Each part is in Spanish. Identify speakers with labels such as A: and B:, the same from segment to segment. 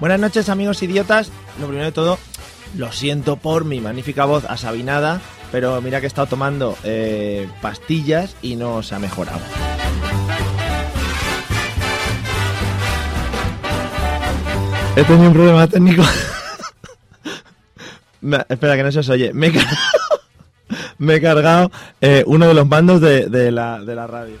A: Buenas noches, amigos idiotas. Lo primero de todo, lo siento por mi magnífica voz asabinada, pero mira que he estado tomando eh, pastillas y no se ha mejorado. He tenido Este un problema técnico. Me- espera, que no se os oye. Me he cargado, me he cargado, eh, uno de los mandos de, de la, de la radio.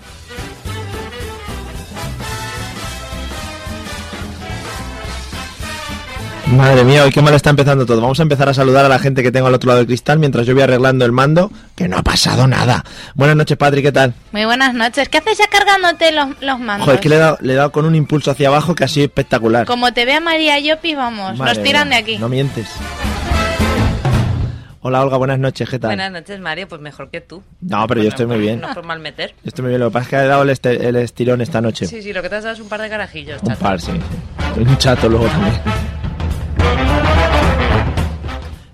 A: Madre mía, hoy qué mal está empezando todo. Vamos a empezar a saludar a la gente que tengo al otro lado del cristal mientras yo voy arreglando el mando, que no ha pasado nada. Buenas noches, Patri, ¿qué tal?
B: Muy buenas noches. ¿Qué haces ya cargándote los, los mandos?
A: Joder, es que le he, dado, le he dado con un impulso hacia abajo que ha sido espectacular.
B: Como te vea María Yopi, vamos,
A: Madre
B: nos tiran
A: mía,
B: de aquí.
A: No mientes. Hola, Olga, buenas noches, ¿qué tal?
C: Buenas noches, Mario. Pues mejor que tú.
A: No, pero yo estoy muy bien.
C: No por mal meter.
A: Yo estoy muy bien, lo que pasa es que he dado el, este- el estirón esta noche.
C: Sí. sí, lo que te has dado es un par de carajillos,
A: Un
C: chato.
A: par, sí. Un chato luego también.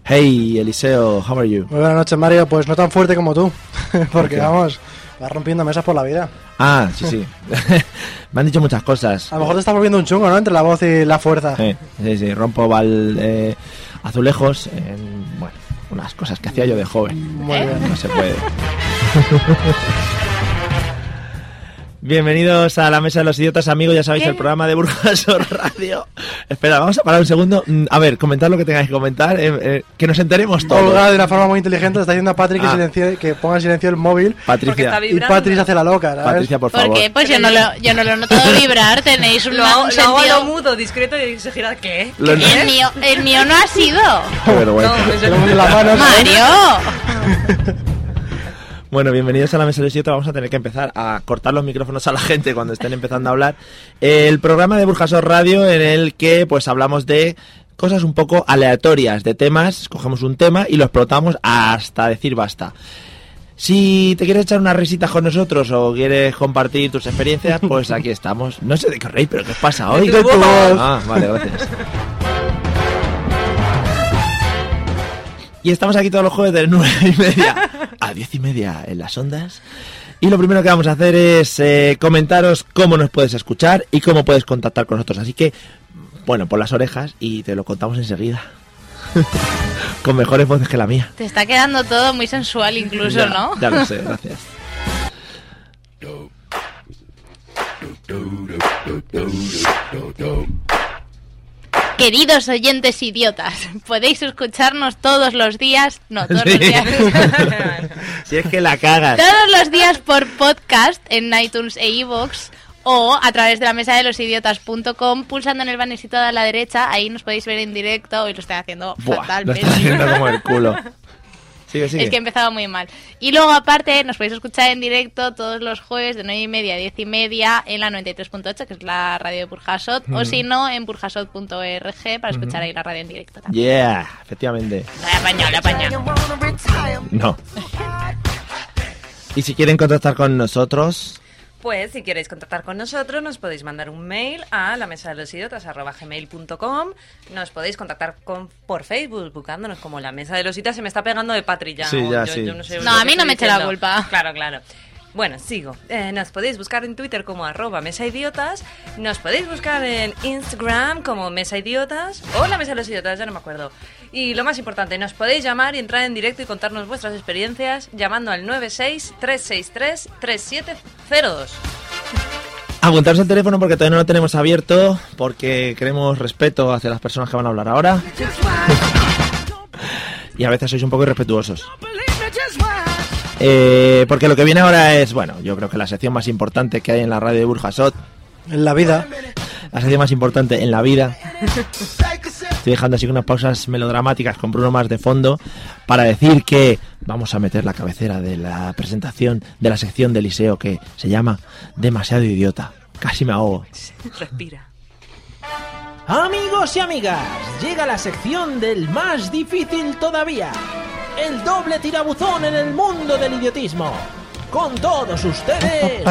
A: Hey, Eliseo, how are you?
D: Muy buenas noches, Mario. Pues no tan fuerte como tú,
A: porque
D: vamos, vas rompiendo mesas por la vida.
A: Ah, sí, sí. Me han dicho muchas cosas.
D: A lo mejor te estás volviendo un chungo, ¿no? Entre la voz y la fuerza.
A: Eh, sí, sí, rompo bal, eh, azulejos. en- bueno, unas cosas que hacía yo de joven. Eh,
D: Muy bien.
A: No se puede. Bienvenidos a la Mesa de los Idiotas, amigos. Ya sabéis,
B: ¿Qué?
A: el programa de Burgasor Radio. Espera, vamos a parar un segundo. Mm, A ver, comentad lo que tengáis que comentar. eh, eh, que nos enteremos todos.
D: Olga, de una forma muy inteligente, le está diciendo a Patrick que
A: Ah.
D: silencie- que ponga en silencio el móvil.
C: Porque
A: Patricia,
C: está
D: Y
C: vibrando.
D: Patrick se hace la loca, ¿sabes?
A: Patricia, por,
B: ¿Por
A: favor.
B: qué? Pues yo no lo, yo no lo noto vibrar. Tenéis un,
C: Lo hago,
B: un
C: lo hago a lo
B: sentido.
C: mudo, ¿eh? discreto y se gira. ¿Qué?
A: Lo-
B: El mío, el mío no ha sido.
A: Qué vergüenza.
C: No, eso-
D: Le pone la mano, ¿sabes?
B: Mario.
A: Bueno, bienvenidos a la mesa de los idiotas. Vamos a tener que empezar a cortar los micrófonos a la gente cuando estén empezando a hablar. El programa de Burjasor Radio en el que pues hablamos de cosas un poco aleatorias, de temas, cogemos un tema y lo explotamos hasta decir basta. Si te quieres echar unas risitas con nosotros o quieres compartir tus experiencias, pues aquí estamos. No sé de qué reír, pero ¿qué os pasa hoy?
C: De tu voz.
A: Ah, vale, gracias. Y estamos aquí todos los jueves de 9 y media a 10 y media en las ondas. Y lo primero que vamos a hacer es eh, comentaros cómo nos puedes escuchar y cómo puedes contactar con nosotros. Así que, bueno, por las orejas y te lo contamos enseguida. con mejores voces que la mía.
B: Te está quedando todo muy sensual incluso,
A: Ya,
B: ¿no?
A: Ya lo sé, gracias.
B: Queridos oyentes idiotas, podéis escucharnos todos los días. No, todos los
A: Sí.
B: días.
A: Si es que la cagas.
B: todos los días por podcast en iTunes e iVoox o a través de la mesa de los idiotas.com pulsando en el bannercito de la derecha, ahí nos podéis ver en directo, hoy lo estoy haciendo
A: Buah, lo
B: fatalmente.
A: estás haciendo como el culo. Sigue, sigue.
B: Es que he empezado muy mal. Y luego, aparte, nos podéis escuchar en directo todos los jueves de 9 y media a 10 y media en la 93.8, que es la radio de Burjasot,
A: Mm.
B: o si no, en burjasot.org para escuchar ahí la radio en directo también.
A: Yeah, efectivamente.
B: La apañado, la he apañado.
A: No. Y si quieren contactar con nosotros,
C: Pues si queréis contactar con nosotros, nos podéis mandar un mail a la mesa de los idiotas gmail.com. Nos podéis contactar con, por Facebook, buscándonos como la mesa de los idiotas. Se me está pegando de Patri ya.
A: Sí, ya,
C: Yo-
A: sí.
C: yo no sé
B: No,
C: lo que
B: a mí no
C: estoy
B: me eche la
C: diciendo.
B: culpa.
C: Claro, claro. Bueno, sigo. Eh, nos podéis buscar en Twitter como arroba mesaidiotas, nos podéis buscar en Instagram como mesaidiotas o la mesa de los idiotas, ya no me acuerdo. Y lo más importante, nos podéis llamar y entrar en directo y contarnos vuestras experiencias llamando al 96-363-3702.
A: Aguantaros el teléfono porque todavía no lo tenemos abierto, porque queremos respeto hacia las personas que van a hablar ahora. y a veces sois un poco irrespetuosos. Eh, porque lo que viene ahora es, bueno, yo creo que la sección más importante que hay en la radio de Burjasot,
D: En la vida.
A: la sección más importante en la vida. Estoy dejando así unas pausas melodramáticas con Bruno más de fondo para decir que vamos a meter la cabecera de la presentación de la sección de Liceo que se llama Demasiado Idiota. Casi me ahogo.
C: Respira.
E: Amigos y amigas, llega la sección del más difícil todavía. El doble tirabuzón en el mundo del idiotismo. Con todos ustedes.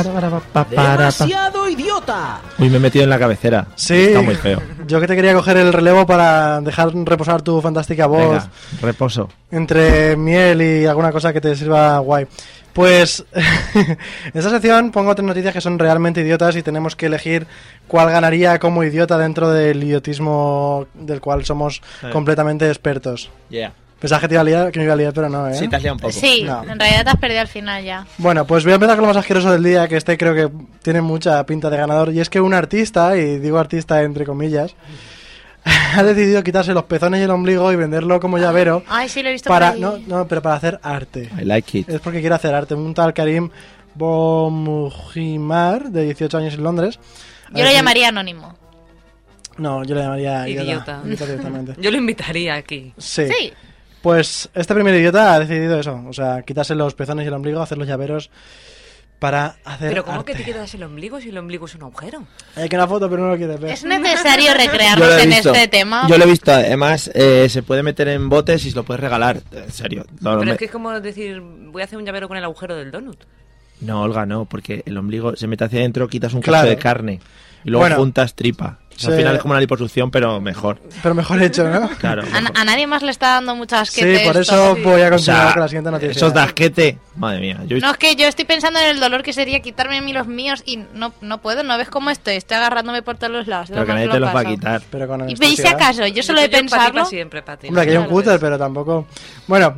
E: Demasiado idiota.
A: Uy, me he metido en la cabecera.
D: Sí.
A: Está muy feo.
D: Yo que te quería coger el relevo para dejar reposar tu fantástica voz
A: Venga, reposo.
D: entre miel y alguna cosa que te sirva guay. Pues en esta sección pongo tres noticias que son realmente idiotas y tenemos que elegir cuál ganaría como idiota dentro del idiotismo del cual somos
A: Sí.
D: completamente expertos.
A: Yeah.
D: Pensaba que, te iba a liar, que me iba a liar, pero no, ¿eh?
A: Sí, te has liado un poco.
B: Sí,
D: No.
B: en realidad te has perdido al final ya.
D: Bueno, pues voy a empezar con lo más asqueroso del día, que este creo que tiene mucha pinta de ganador, y es que un artista, y digo artista entre comillas, ha decidido quitarse los pezones y el ombligo y venderlo como llavero
B: Ay, sí, lo he visto
D: para...
B: por ahí.
D: No, no, pero para hacer arte.
A: I like it.
D: Es porque quiere hacer arte. Un tal Karim Bomujimar, de 18 años en Londres.
B: Yo lo llamaría anónimo.
D: No, yo le llamaría
C: Idiota.
D: directamente.
C: Yo lo invitaría aquí.
D: Sí.
B: Sí.
D: Pues este primer idiota ha decidido eso, o sea, quitarse los pezones y el ombligo, hacer los llaveros para hacer
C: Pero ¿cómo
D: arte.
C: que te quedas el ombligo si el ombligo es un agujero?
D: Hay que una foto, pero no lo quiere ver.
B: Es necesario
A: Yo lo
B: recrearnos
A: he
B: en
A: visto.
B: este tema.
A: Yo lo he visto. Además, eh, se puede meter en botes y se lo puedes regalar. En serio. No,
C: Pero
A: me-
C: es que es como decir, voy a hacer un llavero con el agujero del donut.
A: No, Olga, no, porque el ombligo se mete hacia adentro, quitas un
D: Claro.
A: cacho de carne y luego
D: Bueno.
A: juntas tripa. O sea,
D: Se-
A: Al final es como una liposucción, pero mejor.
D: Pero mejor hecho, ¿no?
A: Claro.
B: A,
A: mejor.
B: a nadie más le está dando muchas
D: Sí,
B: asquete
D: por
B: esto.
D: eso pues, voy a
A: O
D: continuar
A: sea,
D: con la siguiente noticia.
A: Esos de asquete. Madre mía. Yo,
B: No, es que yo estoy pensando en el dolor que sería quitarme a mí los míos y no, no puedo, no ves cómo estoy, estoy agarrándome por todos los lados. de
A: pero
B: lo
A: que
B: mal
A: nadie
B: lo
A: te los va a
B: paso.
A: quitar.
D: Pero con ¿eh?
B: Y
D: honestidad.
B: veis si acaso, yo solo he
C: Yo, yo, Pati,
B: pensado.
C: pa' siempre, Pati.
D: Hombre, aquí hay un
C: Claro que
D: cúter,
C: es.
D: pero tampoco. Bueno,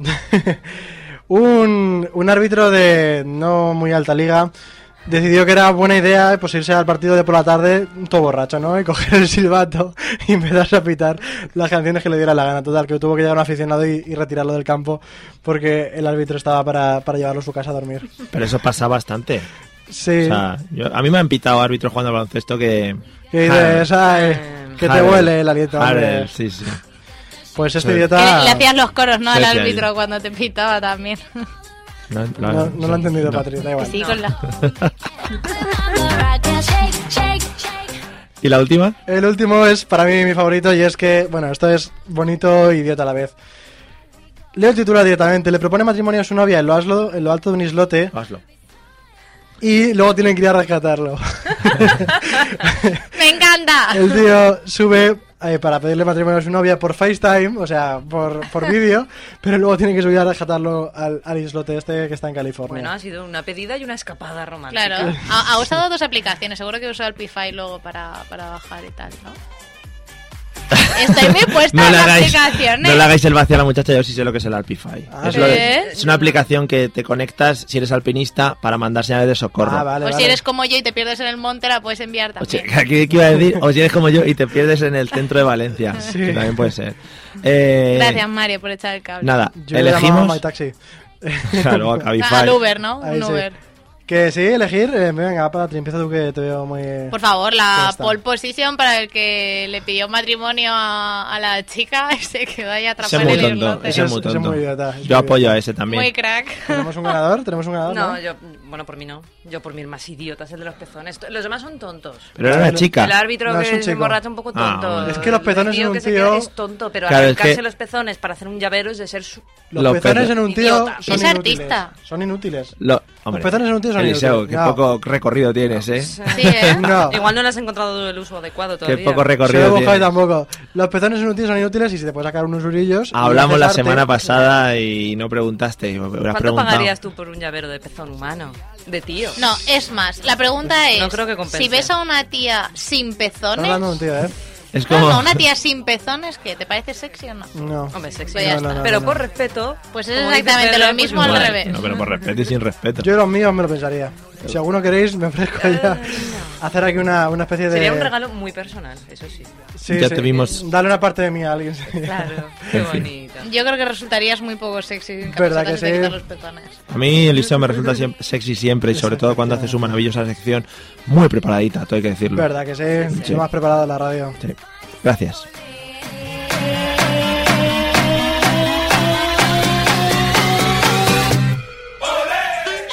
D: un, un árbitro de no muy alta liga decidió que era buena idea pues irse al partido de por la tarde todo borracho, ¿no? Y coger el silbato y empezar a pitar las canciones que le diera la gana. Total, que tuvo que llegar un aficionado y, y retirarlo del campo porque el árbitro estaba para, para llevarlo a su casa a dormir.
A: Pero eso pasa bastante.
D: Sí.
A: O sea, yo- a mí me han pitado árbitros jugando al baloncesto que.
D: que dices, "Ay, que te
A: Harel,
D: huele el aliento. hombre".
A: Harel, sí, sí.
D: Pues este
A: Sí.
B: Que
D: idiota...
B: le, le hacías los coros, ¿no?
A: Ah. Sí,
B: Al
A: sí,
B: árbitro
A: ahí.
B: cuando te pitaba también.
A: No,
D: No, no lo ha entendido,
A: no.
D: Patrick, da igual.
B: Sí, con la...
A: ¿Y la última?
D: El último es para mí mi favorito y es que, bueno, esto es bonito e idiota a la vez. Leo el titular directamente, le propone matrimonio a su novia en lo, aslo- en lo alto de un islote
A: Hazlo.
D: y luego tienen que ir a rescatarlo.
B: ¡Me encanta!
D: El tío sube eh, para pedirle matrimonio a su novia por FaceTime, o sea, por, por vídeo, pero luego tienen que subir a rescatarlo al, al islote este que está en California.
C: Bueno, ha sido una pedida y una escapada romántica.
B: Claro. Ha, ha usado dos aplicaciones, seguro que usó Alpify luego para, para bajar y tal, ¿no? Estoy muy puesta
A: No
B: en
A: le,
B: las
A: hagáis,
B: aplicaciones.
A: no le hagáis el vacío a la muchacha, yo sí sé lo que es el Alpify.
D: Ah,
A: es, lo de-
B: ¿Eh?
A: es una aplicación que te conectas si eres alpinista para mandar señales de socorro.
D: Ah, vale,
B: o Pues si
D: vale.
B: eres como yo y te pierdes en el monte, la puedes enviar
A: O sea,
B: también.
A: ¿qué, qué iba a decir? O si eres como yo y te pierdes en el centro de Valencia. Que también puede ser. Eh,
B: Gracias, Mario, por echar el cable.
A: Nada,
D: Yo le llamaba a
A: elegimos.
D: My Taxi.
A: Claro, a
B: Ah,
A: Cabify.
B: Al Uber, ¿no?
D: Ahí
B: Un
D: sí.
B: Uber.
D: Que sí, elegir. eh, venga, Patri, empieza tú que te veo muy...
B: Por favor,
D: Ya
B: la
D: está.
B: pole position para el que le pidió matrimonio a, a la chica y se quedó ahí
A: Ese
B: atrapado
A: es
B: en
A: muy
B: el
A: tonto.
B: islote.
A: Ese es
D: Ese es-
A: muy
D: ese es
A: tonto.
D: muy idiota, ese es muy
A: Yo apoyo a ese
B: Muy
A: también.
B: crack.
D: ¿Tenemos un ganador? ¿Tenemos un ganador?
C: Ah, No, yo, bueno, por mí no. Yo por mí el más idiota es el de los pezones. Los demás son tontos.
A: Pero era una
D: Claro.
A: chica.
C: El árbitro
D: No, es un
C: que se
D: chico.
C: emborracha un poco
A: Ah,
C: tonto.
A: bueno.
D: Es que los
C: El
D: pezones
C: tío
D: en un
C: que se queda
D: tío-
C: es tonto, pero
A: Claro, es
C: arrancarse
A: que-
C: los pezones para hacer un llavero es de ser su...
D: Los,
A: Los
D: pezones
A: pezones.
D: en un tío
C: Idiota.
D: son
B: Es
D: inútiles.
B: artista.
D: Son inútiles.
A: Lo- hombre,
D: pezones en un tío son
A: Eliseo,
D: inútiles.
A: qué
D: No.
A: poco recorrido tienes, ¿eh?
B: Sí, ¿eh?
D: No.
C: Igual no le has encontrado el uso adecuado
A: Qué
C: todavía.
A: poco
D: Se lo
A: recorrido
D: he buscado y
A: tienes.
D: tampoco. Los pezones en un tío son inútiles y si te puedes sacar unos urillos. y
A: Hablamos
D: haces
A: la
D: arte-
A: semana pasada y no preguntaste. y me hubieras
C: ¿Cuánto
A: preguntado.
C: pagarías tú por un llavero de pezón humano? de tío.
B: No, es más, la pregunta es,
C: No creo que compense.
B: si ves a una tía sin
D: Estás
B: pezones...
D: hablando de un tío, ¿eh?
A: Es
B: No,
A: como.
B: no, una tía sin pezones, ¿qué? ¿Te parece sexy o no?
D: No.
C: Hombre, sexy.
B: Pues ya
C: no,
B: está.
C: no, no, pero por respeto.
B: Pues es
C: como dice
B: exactamente
C: Pedro,
B: lo
C: pues
B: mismo al
C: igual.
B: revés.
A: No, pero por respeto y sin respeto.
D: Yo los míos me lo pensaría. Si alguno queréis, me ofrezco ya a hacer aquí una, una especie de...
C: Sería un regalo muy personal, eso sí.
D: Sí,
A: Ya
D: sí.
A: te vimos.
D: Dale una parte de mí a alguien. sí.
C: Claro, qué bonita.
B: Yo creo que resultarías muy poco sexy sin
D: ¿Verdad
B: camiseta
D: que
B: si te
D: sí?
B: quitas los pezones.
A: A mí Eliseo me resulta siempre- sexy siempre y sobre todo cuando hace su maravillosa sección muy preparadita, todo hay que decirlo.
D: Verdad que sí,
A: Sí.
D: lo más preparado de la radio.
A: Sí. Gracias.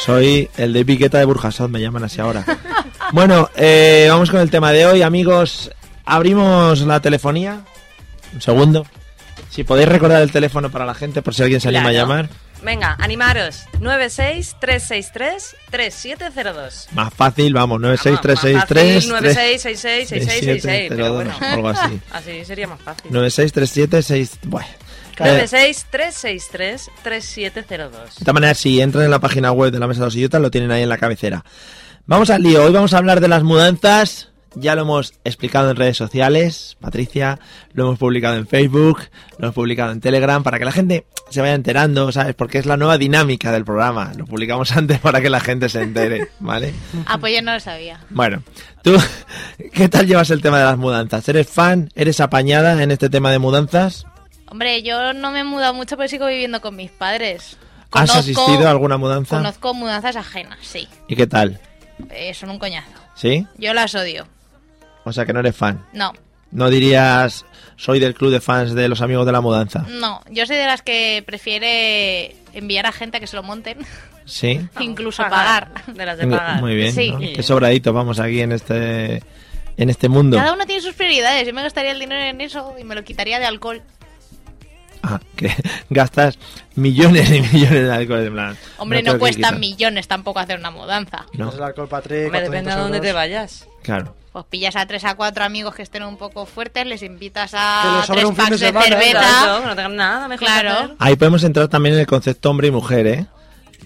A: Soy el de Piqueta de Burjasot, me llaman así ahora. Bueno, eh, vamos con el tema de hoy, amigos. Abrimos la telefonía. Un segundo. Si podéis recordar el teléfono para la gente, por si alguien se anima a
C: Claro.
A: llamar.
C: Venga, animaros. 963633702.
A: Más fácil, vamos,
C: tres
A: 96363.
C: 9666666. Pero bueno,
A: Algo así.
C: así sería más fácil.
A: 96376. Bueno. Eh,
C: 963633702.
A: De esta manera, si entran en la página web de la Mesa de los Idiotas, lo tienen ahí en la cabecera. Vamos al lío. Hoy vamos a hablar de las mudanzas. Ya lo hemos explicado en redes sociales, Patricia. Lo hemos publicado en Facebook. Lo hemos publicado en Telegram para que la gente se vaya enterando, ¿sabes? Porque es la nueva dinámica del programa. Lo publicamos antes para que la gente se entere, ¿vale?
B: Ah, pues yo no lo sabía.
A: Bueno, tú, ¿qué tal llevas el tema de las mudanzas? ¿Eres fan? ¿Eres apañada en este tema de mudanzas?
B: Hombre, yo no me he mudado mucho, pero sigo viviendo con mis padres.
A: ¿Has
B: Conozco-
A: asistido a alguna mudanza?
B: Conozco mudanzas ajenas, sí.
A: ¿Y qué tal?
B: Eh, son un coñazo.
A: ¿Sí?
B: Yo las odio.
A: O sea que no eres fan.
B: No,
A: No dirías, soy del club de fans de los amigos de la mudanza.
B: no. Yo soy de las que prefiere enviar a gente a que se lo monten,
A: Sí.
B: incluso pagar.
C: De las de pagar.
A: Muy bien.
B: Sí.
A: ¿no? Qué sobraditos vamos aquí en este, en este mundo.
B: Cada uno tiene sus prioridades. Yo me gastaría el dinero en eso y me lo quitaría de alcohol.
A: Ah, que gastas millones y millones de alcohol. en plan,
B: Hombre,
A: tengo
B: no,
A: que
B: cuestan
A: quitar.
B: millones tampoco hacer una mudanza.
A: No,
D: Es el alcohol, Patrick.
C: Me depende a
D: 400
C: dónde te
D: euros.
C: vayas.
A: claro.
B: Pues pillas a tres a cuatro amigos que estén un poco fuertes, les invitas
D: Que
B: a
D: les sobre
B: tres
D: un fin de
B: packs de,
D: semana,
A: ¿eh?
B: cerveza.
C: Claro, que no tengan nada mejor.
B: Claro.
C: que hacer.
A: Ahí podemos entrar también en el concepto hombre y mujer, ¿eh?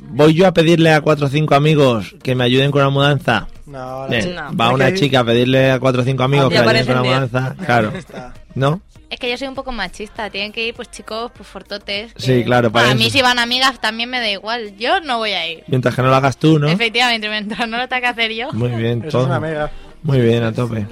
A: Voy yo a pedirle a cuatro o cingo amigos que me ayuden con la mudanza.
D: No, ahora
A: Bien,
D: sí.
C: No.
A: Va
D: Es
A: una
D: que-
A: chica a pedirle a cuatro o cinco amigos
D: Ah,
A: que
D: ya
A: le ayuden con la
C: parecen
A: mudanza. Claro.
D: Está.
A: ¿No?
B: Es que yo soy un poco machista, tienen que ir pues chicos, pues fortotes. que-
A: Sí, claro, para
B: a
A: eso.
B: mí si van amigas también me da igual, yo no voy a ir.
A: Mientras que no lo hagas tú, ¿no?
B: Efectivamente, mientras no lo tenga que hacer yo.
A: Muy bien,
D: Eso
A: todo.
D: es una mega.
A: Muy bien, a tope.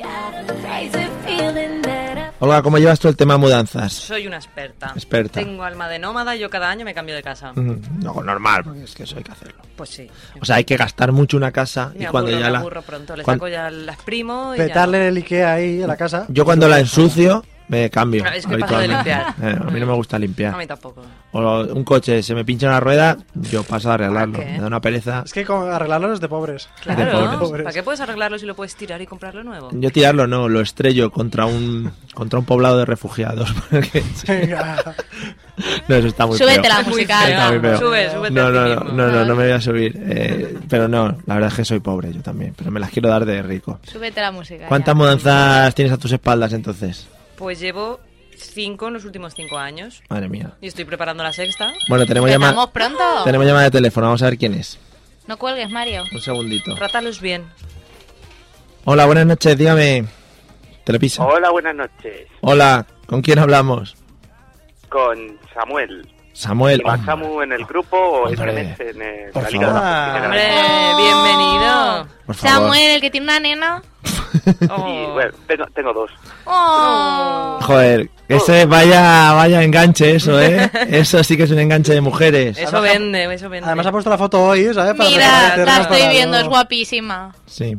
A: Olga, ¿cómo llevas tú el tema mudanzas?
C: Soy una experta.
A: Experta.
C: Tengo alma de nómada y yo cada año me cambio de casa.
A: Mm, No, normal, porque es que eso hay que hacerlo.
C: Pues sí.
A: O sea, hay que gastar mucho una casa
C: Me
A: y cuando
C: aburro,
A: ya
C: me
A: la.
C: aburro pronto. Le
A: cuan-
C: saco ya las primo y ya
D: Petarle el Ikea ahí a la casa.
A: Yo cuando la ensucio me cambio.
C: Ah, es que paso de
A: habitualmente.
C: limpiar.
A: Eh, a mí no me gusta
C: no. A
A: limpiar.
C: mí tampoco.
A: O un coche se me pincha una rueda, yo paso a arreglarlo.
C: ¿Ah, qué?
A: Me da una pereza.
D: Es que con arreglarlo es de pobres.
C: Claro.
D: pobres.
C: ¿Para qué puedes arreglarlo si lo puedes tirar y comprarlo nuevo?
A: Yo tirarlo no, lo estrello contra un contra un poblado de refugiados. porque-
D: Venga.
A: no, eso está muy
B: Súbete
A: feo.
B: la música.
A: feo.
B: Alba.
A: muy feo.
C: Sube, súbete
A: No,
C: a ti
A: no, no,
C: mismo.
A: no, no, no me voy a subir. Eh, pero no, la verdad es que soy pobre yo también, pero me las quiero dar de rico.
B: Súbete la música.
A: ¿Cuántas
B: ya.
A: mudanzas tienes a tus espaldas entonces?
C: Pues llevo cinco en los últimos cinco años
A: Madre mía.
C: y estoy preparando la sexta.
A: Bueno, tenemos
B: ¿Empezamos
A: llamada,
B: pronto?
A: tenemos llamada de teléfono, vamos a ver quién es.
B: No cuelgues, Mario.
A: Un segundito.
C: Trátalos bien.
A: Hola, buenas noches, dígame. Telepisa.
F: Hola, buenas noches.
A: Hola, ¿con quién hablamos?
F: Con Samuel.
A: Samuel.
F: ¿Lleva
A: hombre.
F: Samu en el grupo o
A: Hombre.
F: simplemente en el-
A: Por
F: la Liga de la
A: favor.
F: Justicia?
C: Hombre,
B: Oh.
F: Eh,
C: bienvenido.
A: Por favor.
B: Samuel, el que tiene una nena.
F: Y,
C: Oh.
F: bueno, tengo, tengo dos.
B: Oh.
A: Joder, ese vaya, vaya enganche eso, ¿eh? Eso sí que es un enganche de mujeres.
C: Eso vende, eso vende.
D: Además ha puesto la foto hoy, ¿sabes? Para
B: Mira,
D: regalar
B: la
D: ternas
B: estoy
D: para
B: viendo, es
D: luego.
B: guapísima.
A: Sí.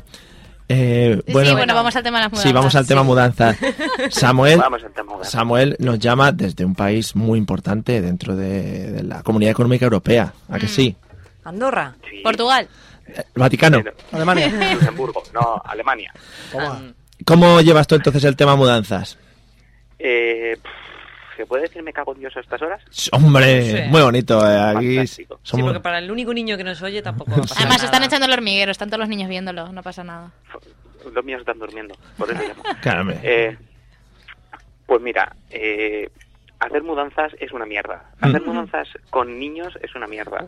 A: Eh,
B: Sí, bueno, vamos al tema de las mudanzas.
A: Sí, vamos al tema
B: Sí.
A: mudanzas. Samuel,
F: Vamos al tema.
A: Samuel nos llama desde un país muy importante dentro de, de la Comunidad Económica Europea. ¿A
B: Mm.
A: que sí?
C: Andorra.
F: Sí,
B: Portugal.
A: El Vaticano.
F: pero-
D: Alemania.
F: Luxemburgo, no, Alemania.
D: Toma.
A: ¿Cómo llevas tú entonces el tema mudanzas?
F: Eh, pff, ¿Se puede decir me cago en Dios a estas horas?
A: Hombre,
C: Sí.
A: muy bonito. eh, Aquí
F: Fantástico.
C: Sí,
A: somos...
C: porque para el único niño que nos oye tampoco va a pasar
B: Además,
C: nada.
B: están echando el hormiguero, están todos los niños viéndolo, no pasa nada.
F: F- Los Eh, míos están durmiendo, por eso llamo.
A: Caramba.
F: Eh, pues mira, eh, hacer mudanzas es una mierda. Hacer mudanzas con niños es una mierda.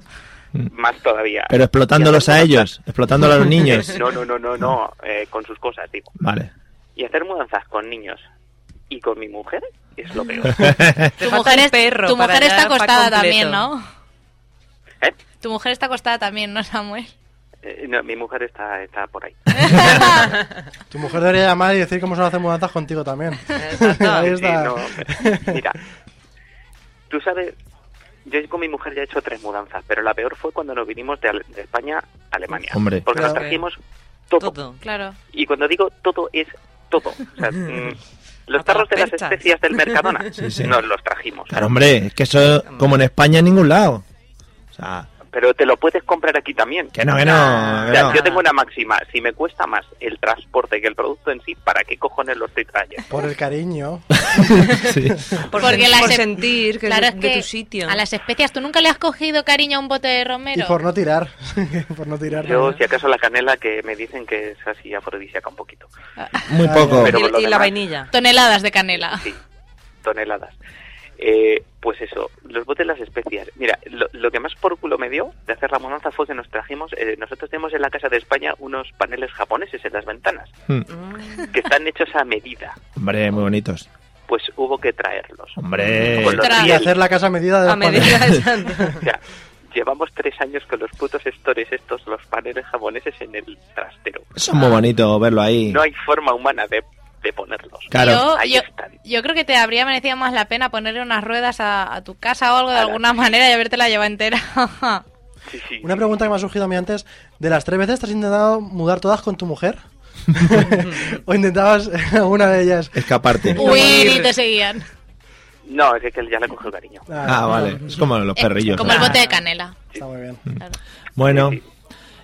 F: Más todavía.
A: Pero explotándolos a ellos, explotándolos a los niños.
F: No, no, no, no, no, eh, con sus cosas, tipo.
A: Vale.
F: Y hacer mudanzas con niños y con mi mujer es lo peor.
B: Tu
C: falta
B: mujer,
C: el
B: es-
C: perro
B: tu
C: para
B: mujer
C: ya
B: está
C: el pack
B: acostada
C: completo.
B: también, ¿no?
F: ¿Eh?
B: Tu mujer está acostada también, ¿no, Samuel?
F: Eh, no, mi mujer está, está por ahí.
D: Tu mujer debería llamar y decir cómo se hacen mudanzas contigo también. Ahí
F: Sí,
D: está.
F: no, mira, tú sabes, yo con mi mujer ya he hecho tres mudanzas, pero la peor fue cuando nos vinimos de, Ale- de España a Alemania.
A: Hombre.
F: Porque nos
C: Claro.
F: trajimos todo.
C: Todo.
B: Claro.
F: Y cuando digo todo, es todo. O sea, mm, los
C: Hasta
F: tarros de
C: las
F: las
C: perchas.
F: especias del Mercadona
A: sí.
F: nos los trajimos.
A: Claro, hombre, es que eso como en España en ningún lado. O sea,
F: Pero te lo puedes comprar aquí también.
A: que no, que no,
F: O
A: que
F: sea,
A: no.
F: Yo tengo una máxima. Si me cuesta más el transporte que el producto en sí, ¿para qué cojones lo estoy trayendo?
D: Por el cariño.
A: Sí.
C: Por,
B: Porque
C: sen-
B: las
C: por
B: e-
C: sentir que
B: claro,
C: es
B: es
C: de
B: que
C: tu sitio.
B: A las especias, ¿tú nunca le has cogido cariño a un bote de
D: Y
B: romero?
D: por no tirar. por no tirar.
F: Yo, si acaso, la canela que me dicen que es así afrodisíaca un poquito.
A: Muy poco.
F: Pero
C: Y-
F: por lo
C: y, la
F: demás-
C: vainilla.
B: Toneladas de canela.
F: Sí, toneladas. Eh, pues eso, los botes, las especias. Mira, lo, lo que más por culo me dio de hacer la mudanza fue que nos trajimos, eh, nosotros tenemos en la casa de España unos paneles japoneses en las ventanas,
A: Mm,
F: que están hechos a medida.
A: Hombre, muy bonitos.
F: Pues hubo que traerlos.
A: Hombre.
F: Con los
B: Ostras.
D: Eh, Y
F: pies,
D: hacer la casa a medida de
C: A
D: los paneles.
C: medida exacto.
F: o sea, llevamos tres años con los putos stores estos, los paneles japoneses en el trastero.
A: Eso es muy bonito verlo ahí.
F: No hay forma humana de, de ponerlos.
A: Claro.
B: Yo,
F: Ahí
B: yo-
F: están.
B: yo creo que te habría merecido más la pena ponerle unas ruedas a, a tu casa o algo de
F: Ala.
B: alguna manera y habértela llevado entera.
F: Sí, sí.
D: Una pregunta que me ha surgido a mí antes. ¿De las tres veces te has intentado mudar todas con tu mujer? ¿O intentabas alguna de ellas?
A: Escaparte.
B: Uy, y te seguían.
F: No, es que ya le cogió cariño.
A: Ah, vale. Es como los
B: Eh,
A: perrillos.
B: como
A: ¿no?
B: el bote de canela.
D: Está muy bien.
A: Bueno,
F: Sí, sí.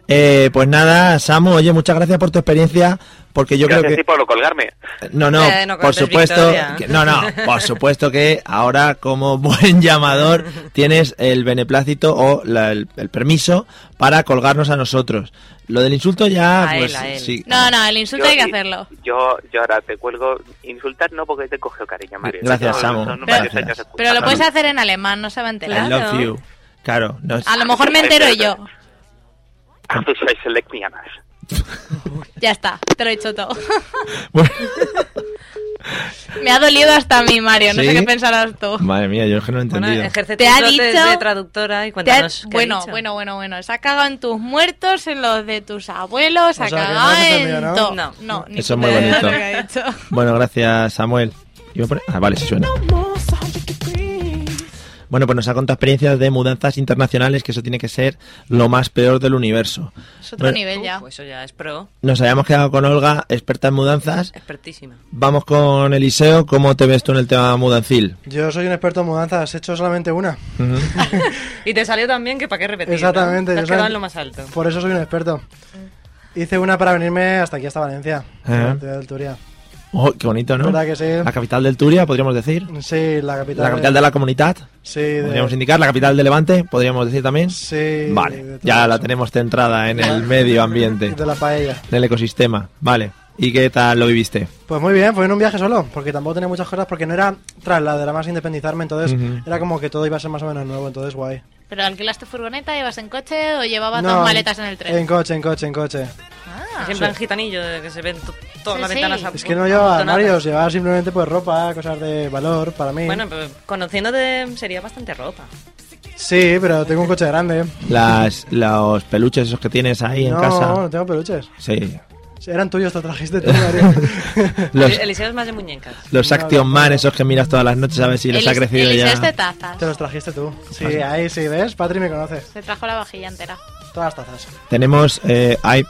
A: eh, pues nada, Samu, oye, muchas gracias por tu experiencia, porque yo
F: Gracias
A: creo
F: a ti
A: que...
F: por lo colgarme.
A: No, no,
C: Eh, no
A: por
C: cortes,
A: supuesto,
C: Victoria.
A: que- no, no, por supuesto que ahora como buen llamador tienes el beneplácito o la- el, el permiso para colgarnos a nosotros. Lo del insulto ya,
C: A
A: pues
C: él, a él.
A: sí.
B: No, no, el insulto
F: Yo-
B: hay que
F: y-
A: Ah,
B: hacerlo.
F: Yo, yo ahora te cuelgo. Insultar no, porque te cogió cariño, Mario.
A: Gracias,
F: Son-
A: Samu.
F: son
A: Pero-
F: varios años escuchando.
B: Pero lo puedes hacer en alemán, no se va a
A: I
B: enterar.
A: love you. Claro, no es-
B: A lo mejor me entero yo.
F: Antes soy select me amas.
B: Ya está, te lo he dicho todo.
A: Bueno,
B: Me ha dolido hasta a mí, Mario. No
A: ¿Sí?
B: sé qué pensarás tú.
A: Madre mía, yo es que no he
C: Bueno,
A: entendido.
C: ejerce
B: Te
C: tu
B: ha
C: dotes
B: dicho-
C: de traductora
B: Te
C: y
B: ha-
C: cuéntanos. qué ha
B: bueno,
C: dicho.
B: bueno, bueno, bueno. Se ha cagado en tus muertos, en los de tus abuelos, se
D: O sea,
B: ha
D: que no
B: cagado
D: has
B: en
D: entendido, ¿no?
B: todo.
C: No.
B: no, ni
A: Eso
B: puta
A: es muy
B: idea de lo
A: bonito.
B: que ha dicho.
A: Bueno, gracias, Samuel. Iba a poner- Ah, vale, sí suena. Bueno, pues nos ha contado experiencias de mudanzas internacionales, que eso tiene que ser lo más peor del universo.
B: Es otro
A: Bueno,
B: nivel ya.
C: Uf, eso ya es pro,
A: Nos habíamos quedado con Olga, experta en mudanzas.
C: expertísima.
A: Vamos con Eliseo, ¿cómo te ves tú en el tema mudancil?
D: Yo soy un experto en mudanzas. He hecho solamente una.
C: Y te salió también que para qué repetir.
D: Exactamente.
C: ¿no? Te
D: yo
C: has quedado
D: soy-
C: en lo más alto.
D: Por eso soy un experto. Hice una para venirme hasta aquí, hasta Valencia.
A: Ajá.
D: de Alturia.
A: Oh, qué bonito, ¿no?
D: ¿Verdad que sí?
A: La capital del Turia, podríamos decir.
D: Sí, la capital.
A: La capital de la comunidad,
D: Sí, de-
A: podríamos indicar. La capital de Levante, podríamos decir también.
D: Sí.
A: Vale,
D: de todo
A: ya la
D: eso.
A: tenemos centrada en el medio ambiente,
D: De la paella.
A: del ecosistema. Vale, ¿y qué tal lo viviste?
D: Pues muy bien, fue en un viaje solo, porque tampoco tenía muchas cosas, porque no era traslado, era más independizarme, entonces
A: Ujú.
D: era como que todo iba a ser más o menos nuevo, entonces guay.
B: ¿Pero alquilaste furgoneta, ibas en coche o llevabas
D: No,
B: dos
D: en-
B: maletas en el tren? Ah.
D: En coche, en coche, en coche.
C: Así en plan gitanillo, de que se ven to- todas
B: Sí,
C: las
B: sí.
C: ventanas a-
D: Es que no llevaba
C: amontonadas.
D: armarios, llevaba simplemente pues ropa, cosas de valor para mí.
C: Bueno, pero conociéndote sería bastante ropa.
D: sí, pero tengo un coche grande.
A: Las, los peluches esos que tienes ahí
D: no,
A: en casa.
D: no tengo peluches.
A: Sí.
D: Eran tuyos, te trajiste tú, Mario.
A: Los,
C: Eliseo es más de muñecas.
A: los Action Man esos que miras todas las noches a ver si les ha
B: Elis-
A: crecido
B: Eliseo este-
A: ya.
B: es de tazas.
D: te los trajiste tú. Sí, ahí sí, ¿ves? Patri me conoce.
B: Se trajo la vajilla entera.
D: Todas las tazas.
A: Tenemos, eh, hay,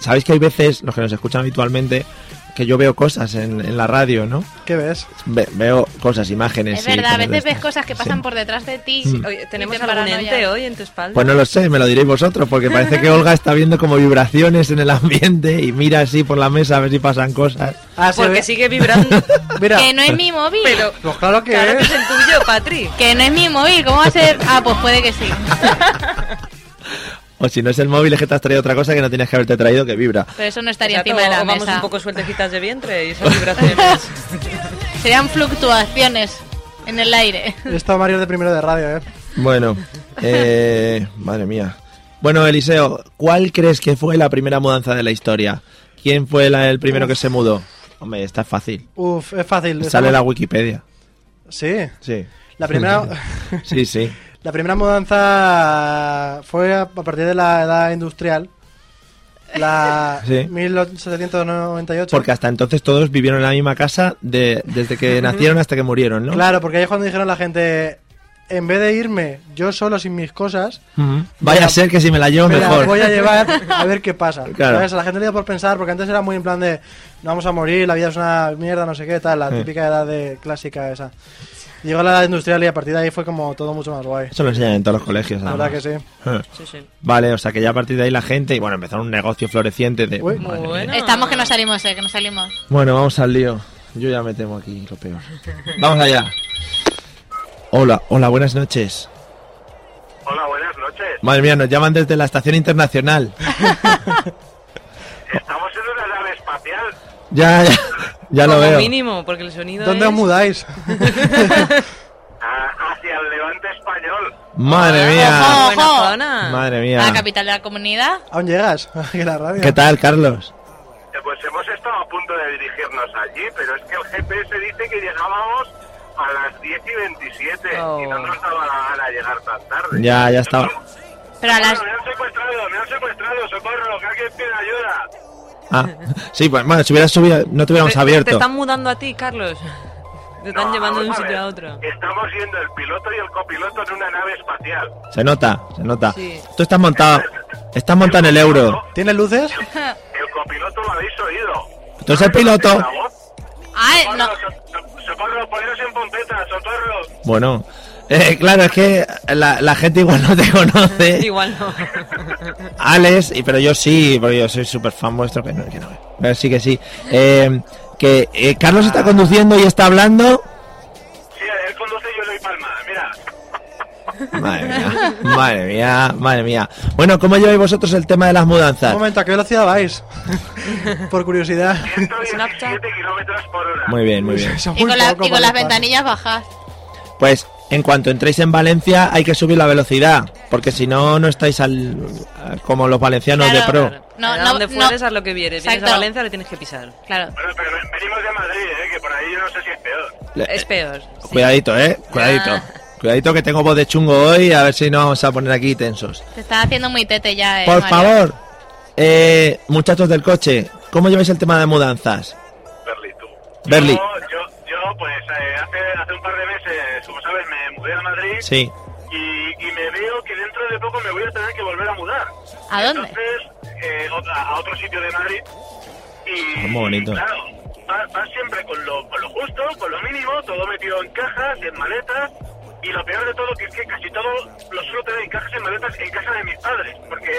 A: sabéis que hay veces, los que nos escuchan habitualmente, que yo veo cosas en, en la radio, ¿no?
D: ¿Qué ves?
A: Ve- veo cosas, imágenes.
B: es
A: y
B: verdad, a veces
A: de
B: ves
A: estas.
B: cosas que
A: Sí.
B: pasan por detrás de ti.
C: Oye, ¿tenemos
B: Y te
C: algún
B: paranoia.
C: ente hoy en tu espalda?
A: Pues no lo sé, me lo diréis vosotros, porque parece que Olga está viendo como vibraciones en el ambiente y mira así por la mesa a ver si pasan cosas.
D: Ah, sí,
C: Porque
D: ve-
C: sigue vibrando.
D: Mira,
B: Que no es mi móvil.
C: pero
D: pues claro que
C: claro que
D: es.
C: es el tuyo, Patri.
B: Que no es mi móvil, ¿cómo va a ser? Ah, pues puede que sí.
A: O si no es el móvil, es que te has traído otra cosa que no tenías que haberte traído que vibra.
B: Pero eso no estaría
C: Exacto,
B: encima de
C: o
B: la
C: vamos
B: mesa.
C: un poco sueltecitas de vientre y esas vibraciones.
B: Serían fluctuaciones En el aire.
D: Esto Mario es de primero de radio, ¿eh?
A: Bueno, eh, madre mía. Bueno, Eliseo, ¿cuál crees que fue la primera mudanza de la historia? ¿Quién fue la- el primero que se mudó? Hombre, está fácil.
D: Uf, es fácil.
A: Sale
D: Estamos-
A: la Wikipedia.
D: Sí.
A: Sí.
D: La primera,
A: Sí, sí.
D: la primera mudanza fue a a partir de la edad industrial. La
A: Sí.
D: 1798.
A: Porque hasta entonces todos vivieron en la misma casa de- desde que nacieron hasta que murieron, ¿no?
D: Claro, porque ahí es cuando dijeron la gente, en vez de irme yo solo sin mis cosas,
A: Ujú. Vaya a ser que si me la llevo
D: me las
A: mejor.
D: voy a llevar a ver qué pasa.
A: Claro.
D: ¿Sabes? A la gente le dio por pensar, porque antes era muy en plan de, no vamos a morir, la vida es una mierda, no sé qué, tal, la
A: Eh.
D: típica edad de clásica esa. Llegó la edad industrial y a partir de ahí fue como todo mucho más guay.
A: Eso lo enseñan en todos los colegios.
D: La
A: además.
D: verdad que sí.
A: Eh.
C: Sí, sí.
A: Vale, o sea que ya a partir de ahí la gente, y bueno, empezaron un negocio floreciente de...
D: Uy.
A: Madre mía.
C: Bueno.
B: Estamos que no salimos, eh, que no salimos.
A: Bueno, vamos al lío. Yo ya me temo aquí lo peor. Vamos allá. Hola, hola, buenas noches.
G: Hola, buenas noches.
A: Madre mía, nos llaman desde la estación internacional.
G: Estamos en una nave espacial.
A: Ya, ya, ya lo
C: Como
A: veo.
C: mínimo, porque el sonido
D: ¿Dónde
C: es...
D: os mudáis?
G: a- hacia el levante español.
A: Madre mía.
B: Ojo.
C: Buena zona.
A: Madre
B: A la
A: mía.
B: capital de la comunidad.
D: ¿Aún llegas? Aquí la radio.
A: ¿Qué tal, Carlos?
G: Eh, Pues hemos estado a punto de dirigirnos allí, pero es que el GPS dice que llegábamos a las 10 y 27 y no
C: Oh.
G: nos daba la gana llegar tan tarde.
A: Ya, ya estaba.
B: Pero a las.
G: Bueno, me han secuestrado, me han secuestrado, socorro, que alguien pida ayuda.
A: Ah, sí, pues bueno, si hubieras subido, no te hubiéramos
C: Te- Te
A: abierto.
C: están mudando a ti, Carlos. Te están
G: No,
C: llevando de un
G: vamos
C: sitio
G: ver,
C: a otro.
G: Estamos yendo el piloto y el copiloto en una nave espacial.
A: Se nota, se nota.
C: Sí.
A: Tú estás montado, estás montado en el euro.
D: ¿Tienes luces?
G: El copiloto lo habéis oído.
A: Tú eres el piloto.
G: ¿La voz?
B: Ay, no.
G: Socorro, so- socorro, poneros en punteta, socorro.
A: Bueno, eh, claro, es que la, la gente igual no te conoce.
C: Igual no.
A: Alex, y- pero yo sí, porque yo soy súper fan vuestro, que no, que no. Pero sí que sí. Eh, que eh, Carlos está conduciendo y está hablando.
G: Sí, él conduce y yo soy palma. Mira,
A: Madre mía, madre mía, madre mía. Bueno, ¿cómo lleváis vosotros el tema de las
D: Un
A: mudanzas?
D: momento, ¿a qué velocidad vais? Por curiosidad.
G: 117 kilómetros por hora.
A: Muy bien, muy bien.
D: Eso es
B: Y
D: muy
B: con, la-
D: poco
B: y con
D: para
B: las
D: el paso.
B: ventanillas bajas.
A: Pues en cuanto entréis en Valencia hay que subir la velocidad, porque si no, no estáis al, como los valencianos
B: Claro.
A: de pro.
B: No,
C: Allá
B: no,
C: donde
B: no.
C: fueres, haz lo que vieres. Vienes a
B: Exacto.
C: Valencia, le tienes que pisar.
B: Claro.
G: Bueno, pero ven- venimos de Madrid, ¿eh? que por ahí yo no sé si es peor.
A: Le-
C: Es peor.
A: Cuidadito, eh, cuidadito. Cuidadito que tengo voz de chungo hoy, a ver si no vamos a poner aquí tensos.
B: Te estás haciendo muy tete ya, eh.
A: Por
B: Mario.
A: favor, eh, muchachos del coche, ¿cómo lleváis el tema de mudanzas?
G: Berli, tú.
A: Berli.
G: Yo, yo, yo, pues eh, hace, hace un par de meses, como sabes, me mudé a Madrid
A: Sí.
G: y, y me veo que dentro de poco me voy a tener que volver a mudar.
B: ¿A dónde?
G: Entonces, eh, ot- a a otro sitio de Madrid. Y,
A: Ah, muy bonito.
G: y claro, vas vas siempre con lo, con lo justo, con lo mínimo, todo metido en cajas, en maletas. Y lo peor de todo que es que casi todo lo suelo tener en cajas, en maletas, en casa de mis padres. Porque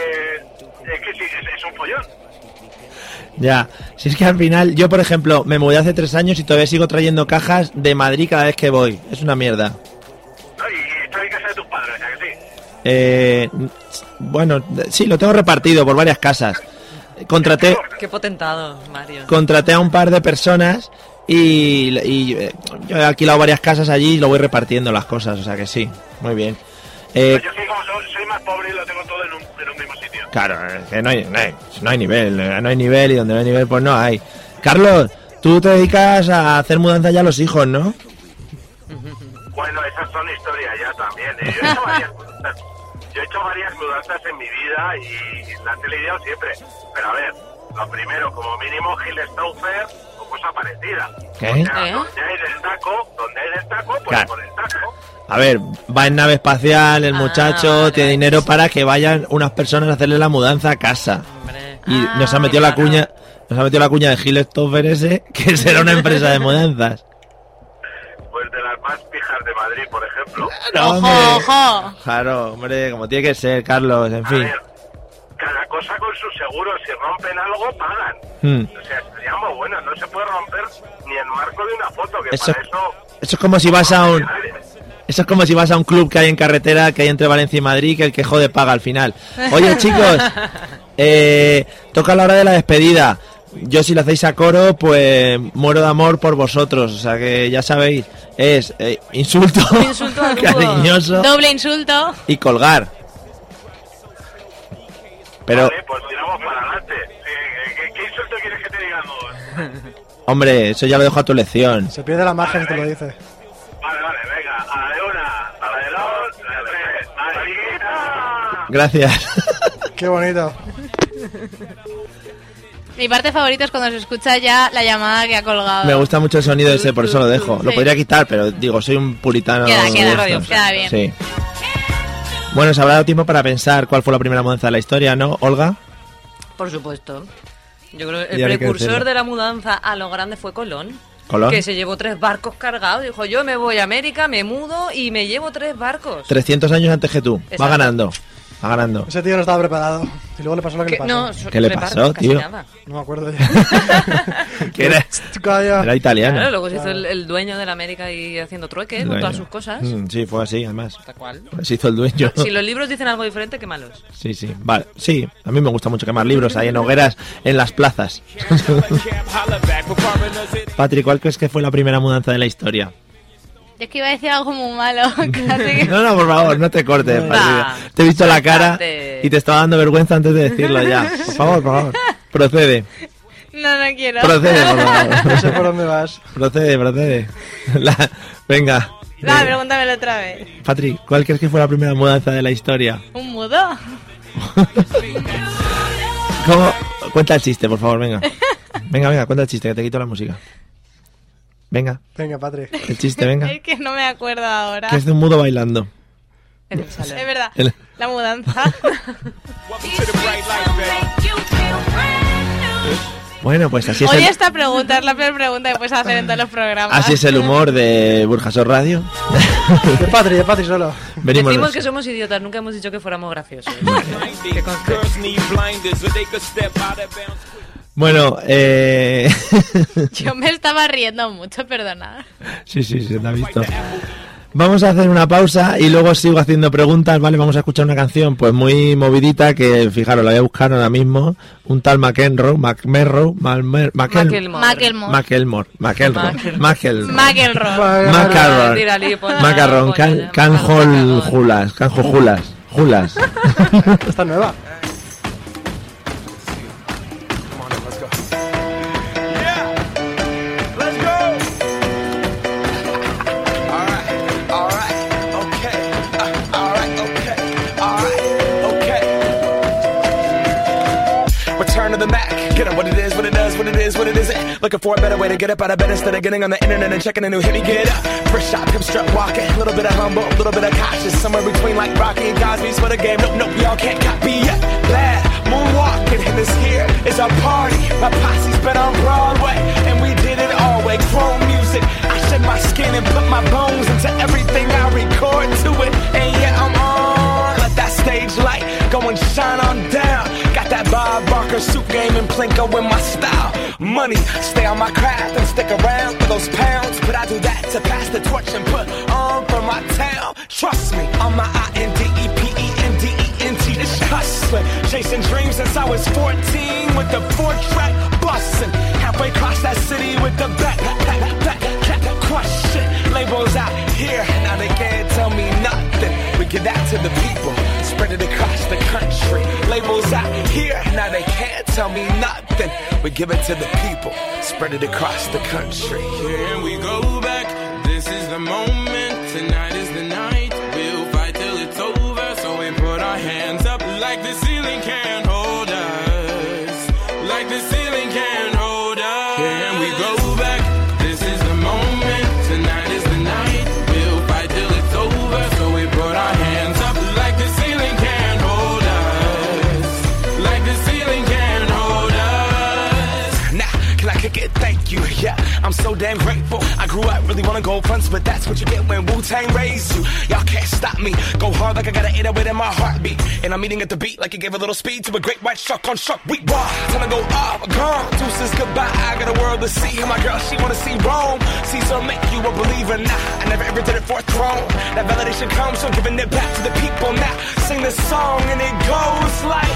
G: es que sí, es, es un follón.
A: Ya, si es que al final, yo por ejemplo, me mudé hace tres años y todavía sigo trayendo cajas de Madrid cada vez que voy. Es una mierda.
G: ¿no? Y estoy en casa de tus padres, ¿a que sí?
A: Eh, bueno, sí, lo tengo repartido por varias casas. Contraté,
C: Qué potentado, Mario.
A: contraté a un par de personas y, y, eh, yo he alquilado varias casas allí y lo voy repartiendo las cosas, o sea que sí, muy bien. Eh,
G: Pues yo soy como soy, soy más pobre y lo tengo todo en un, en un mismo sitio.
A: claro, eh, que no hay, no, hay, no hay nivel, eh, no hay nivel y donde no hay nivel pues no hay. Carlos, tú te dedicas a hacer mudanza ya a los hijos, ¿no?
G: Bueno, esas son historias ya también. ¿eh? Yo, he hecho varias mudanzas, yo he hecho varias mudanzas en mi vida y las he lidiado siempre. Pero a ver, lo primero, como mínimo, Gil Stauffer o cosa parecida.
A: ¿Qué?
G: O sea,
C: ¿Eh?
G: donde hay del taco, donde hay del taco, pues
A: Claro.
G: por el taco.
A: A ver, va en nave espacial, el
C: Ah,
A: muchacho
C: vale,
A: tiene
C: vale.
A: dinero para que vayan unas personas a hacerle la mudanza a casa.
C: Hombre. Ah,
A: Y nos ha metido la
C: claro.
A: cuña, nos ha metido la cuña de Gilestoffer ese, que será una empresa de mudanzas.
G: Pues de las más pijas de Madrid, por ejemplo.
A: Claro,
B: Ojo, ojo.
A: Claro, hombre, como tiene que ser, Carlos, en
G: A
A: fin.
G: ver, cada cosa con su seguro. Si rompen algo, pagan.
A: Hmm.
G: O sea, sería muy bueno. No se puede romper ni el marco de una foto, que
A: Eso-
G: para eso...
A: Eso es como si vas a un eso es como si vas a un club que hay en carretera, que hay entre Valencia y Madrid, que el que jode paga al final. Oye, chicos, eh, toca la hora de la despedida. Yo si lo hacéis a coro, pues muero de amor por vosotros. O sea que ya sabéis, es eh, insulto,
B: Insulto al grupo.
A: cariñoso
B: Doble insulto.
A: y colgar. Pero,
G: Eh, pues
A: hombre, eso ya lo dejo a tu elección.
D: Se pierde la margen, te lo dice.
A: Gracias.
D: Qué bonito.
B: Mi parte favorita es cuando se escucha ya la llamada que ha colgado.
A: Me gusta mucho el sonido ese, por eso lo dejo. Lo
B: Sí.
A: podría quitar, pero digo, soy un puritano.
B: Queda,
A: de
B: queda,
A: estos.
B: queda bien.
A: Sí. Bueno, se habrá dado tiempo para pensar cuál fue la primera mudanza de la historia, ¿no, Olga?
C: Por supuesto. Yo creo que
A: Y ahora hay
C: el
A: que
C: precursor
A: decirlo. Ah.
C: de la mudanza a lo grande fue Colón.
A: Colón.
C: Que se llevó tres barcos cargados. Dijo, yo me voy a América, me mudo y me llevo tres barcos.
A: 300 años antes que tú.
C: Exacto.
A: Va ganando. Va ganando.
D: Ese tío no estaba preparado. Y luego le pasó lo que le
C: ¿Qué?
D: pasó.
C: No, so-
A: ¿Qué le
C: tres
A: pasó,
C: barcos, casi
A: tío?
C: nada.
D: No me acuerdo ya.
A: Que era,
D: Calla.
A: era italiano.
C: Claro, luego se hizo el, el dueño de la América y haciendo trueque con todas sus cosas.
A: Mm, Sí, fue así, además.
C: Tal cual.
A: Se hizo el dueño.
C: Si los libros dicen algo diferente, qué malos.
A: Sí, sí. Vale, sí. A mí me gusta mucho quemar libros ahí en hogueras, en las plazas. Patrick, ¿cuál crees que fue la primera mudanza de la historia?
B: Yo es que iba a decir algo muy malo. casi que-
A: No, no, por favor, no te cortes. Patrick. Te he visto la cara
B: Bastante.
A: y te estaba dando vergüenza antes de decirlo ya. Por favor, por favor. Procede,
B: No, no quiero.
A: procede, por favor.
D: No sé por dónde vas.
A: Procede, procede. La- Venga.
B: Va, pregúntamelo otra vez.
A: Patrick, ¿cuál crees que fue la primera mudanza de la historia?
B: ¿Un mudo?
A: ¿Cómo? Cuenta el chiste, por favor, venga. Venga, venga, cuenta el chiste, que te quito la música. Venga,
D: Venga, Patrick.
A: el chiste, venga.
B: Es que no me acuerdo ahora.
A: Que es de un mudo bailando.
B: Es verdad.
A: El-
B: La mudanza.
A: Bueno, pues así es,
B: Hoy
A: el,
B: esta pregunta es la peor pregunta que puedes hacer en todos
A: Ah,
B: los programas.
A: así es el humor de Burjasor Radio.
D: De Patrick, de Patrick solo.
A: Venimos.
C: Decimos que somos idiotas, nunca hemos dicho que fuéramos graciosos. Que conste.
A: Bueno, eh...
B: Yo me estaba riendo mucho, perdonad.
A: sí, sí, se te ha visto. Vamos a hacer una pausa y luego sigo haciendo preguntas, ¿vale? Vamos a escuchar una canción pues muy movidita que, fijaros, la voy a buscar ahora mismo. Un tal McEnroe, McMerrow, Malmer- McEn-
C: McElmore.
B: Macklemore.
A: McElmore, McElroy, McElroy.
B: Macklemore.
A: Macarrón.
C: Tírale, ponla,
A: Macarrón. Can,
C: ponla, ponla,
A: canjol
C: macarrón.
A: julas. Canjo julas. Julas.
D: Está nueva. Uh,
H: Return to the Mac. Get up what it is, what it does, what it is, what it isn't. Looking for a better way to get up out of bed instead of getting on the internet and checking a new hit. Me get up. First shot, come strut walking. A little bit of humble, a little bit of cautious. Somewhere between like Rocky and Cosby's for the game. Nope, nope, y'all can't copy yet. Glad moonwalking. And this here is our party. My posse's been on Broadway. And we did it all way. Chrome music. I shed my skin and put my bones into everything I record to it. And yeah, I'm on. Let that stage light go and shine on down. Got that Bob Barker suit game and Plinko in my style. Money, stay on my craft and stick around for those pounds. But I do that to pass the torch and put on for my town. Trust me, on my I N D E P E N D E N T. This hustling, chasing dreams since I was 14 with the four track busting. Halfway across that city with the back, back, back, back, crush it. Labels out here, now they can't tell me nothing. We give that to the people, spread it across the country. Labels out here, now they can't tell me nothing. We give it to the people, spread it across the country.
I: Here we go back. This is the moment. Tonight is the night. We'll fight till it's over. So we put our hands up like the ceiling can't hold us. Like the ceiling can't hold us. Here we go back. This is the moment. Tonight is the night. We'll fight till it's over. So we put our hands up like the ceiling can't hold us. Like the ceiling can't hold us.
H: Nah, can I kick it? Thank you. Yeah, I'm so damn grateful. I grew up really wanna go fronts, but that's what you get when Wu Tang raised you. Y'all can't stop me. Go hard like I got an 808 in my heartbeat, and I'm eating at the beat like it gave a little speed to a great white shark on shark. We raw. Time to go off, gone. Deuces goodbye. I got a world to see. And My girl, she wanna see Rome. Caesar make you a believer. Nah, I never ever did it for a throne. That validation comes from giving it back to the people. Now sing this song and it goes like.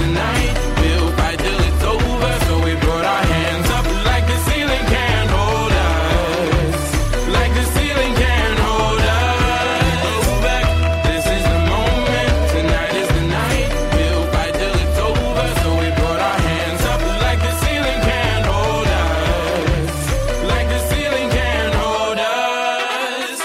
I: the night. We'll fight till it's over. So we put our hands up like the ceiling can't hold us. Like the ceiling can't hold us. Go back. This is the moment. Tonight is the night. We'll fight till it's over. So we put our hands up like the ceiling can't hold us. Like the ceiling can't hold us.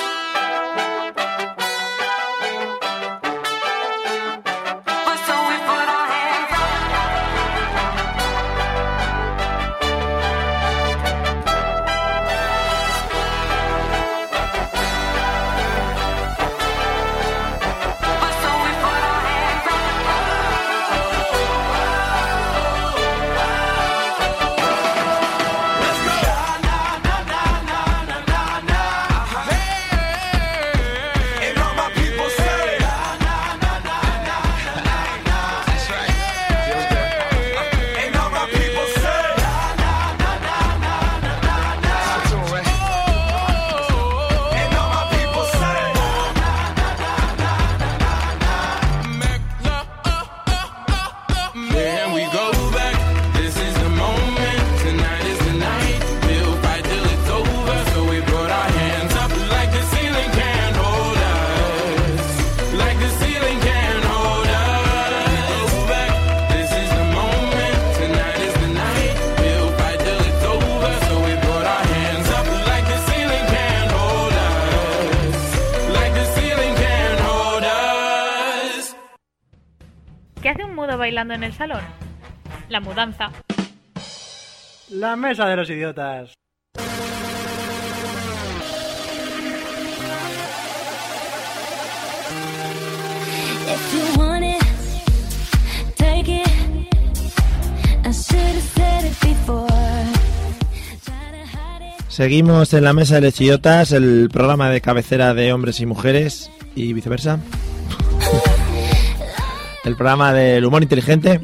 H: And all my people say, That's right. And all my people say, And all my people say,
I: Can we go back? This is the moment. Tonight is the night. We'll fight till it's over. So we put our hands up like the ceiling can't hold us. Like the ceiling can't hold us. Go back. This is the moment. Tonight is the night. We'll fight till it's over. So we put our hands up like the ceiling can't hold us. Like the ceiling can't hold us.
J: ¿Qué hace un mudo bailando en el salón? La mudanza.
D: La mesa de los idiotas.
K: If you want it, take it. I should have said it before.
A: Seguimos en la mesa de los idiotas, el programa de cabecera de hombres y mujeres y viceversa. El programa del humor inteligente.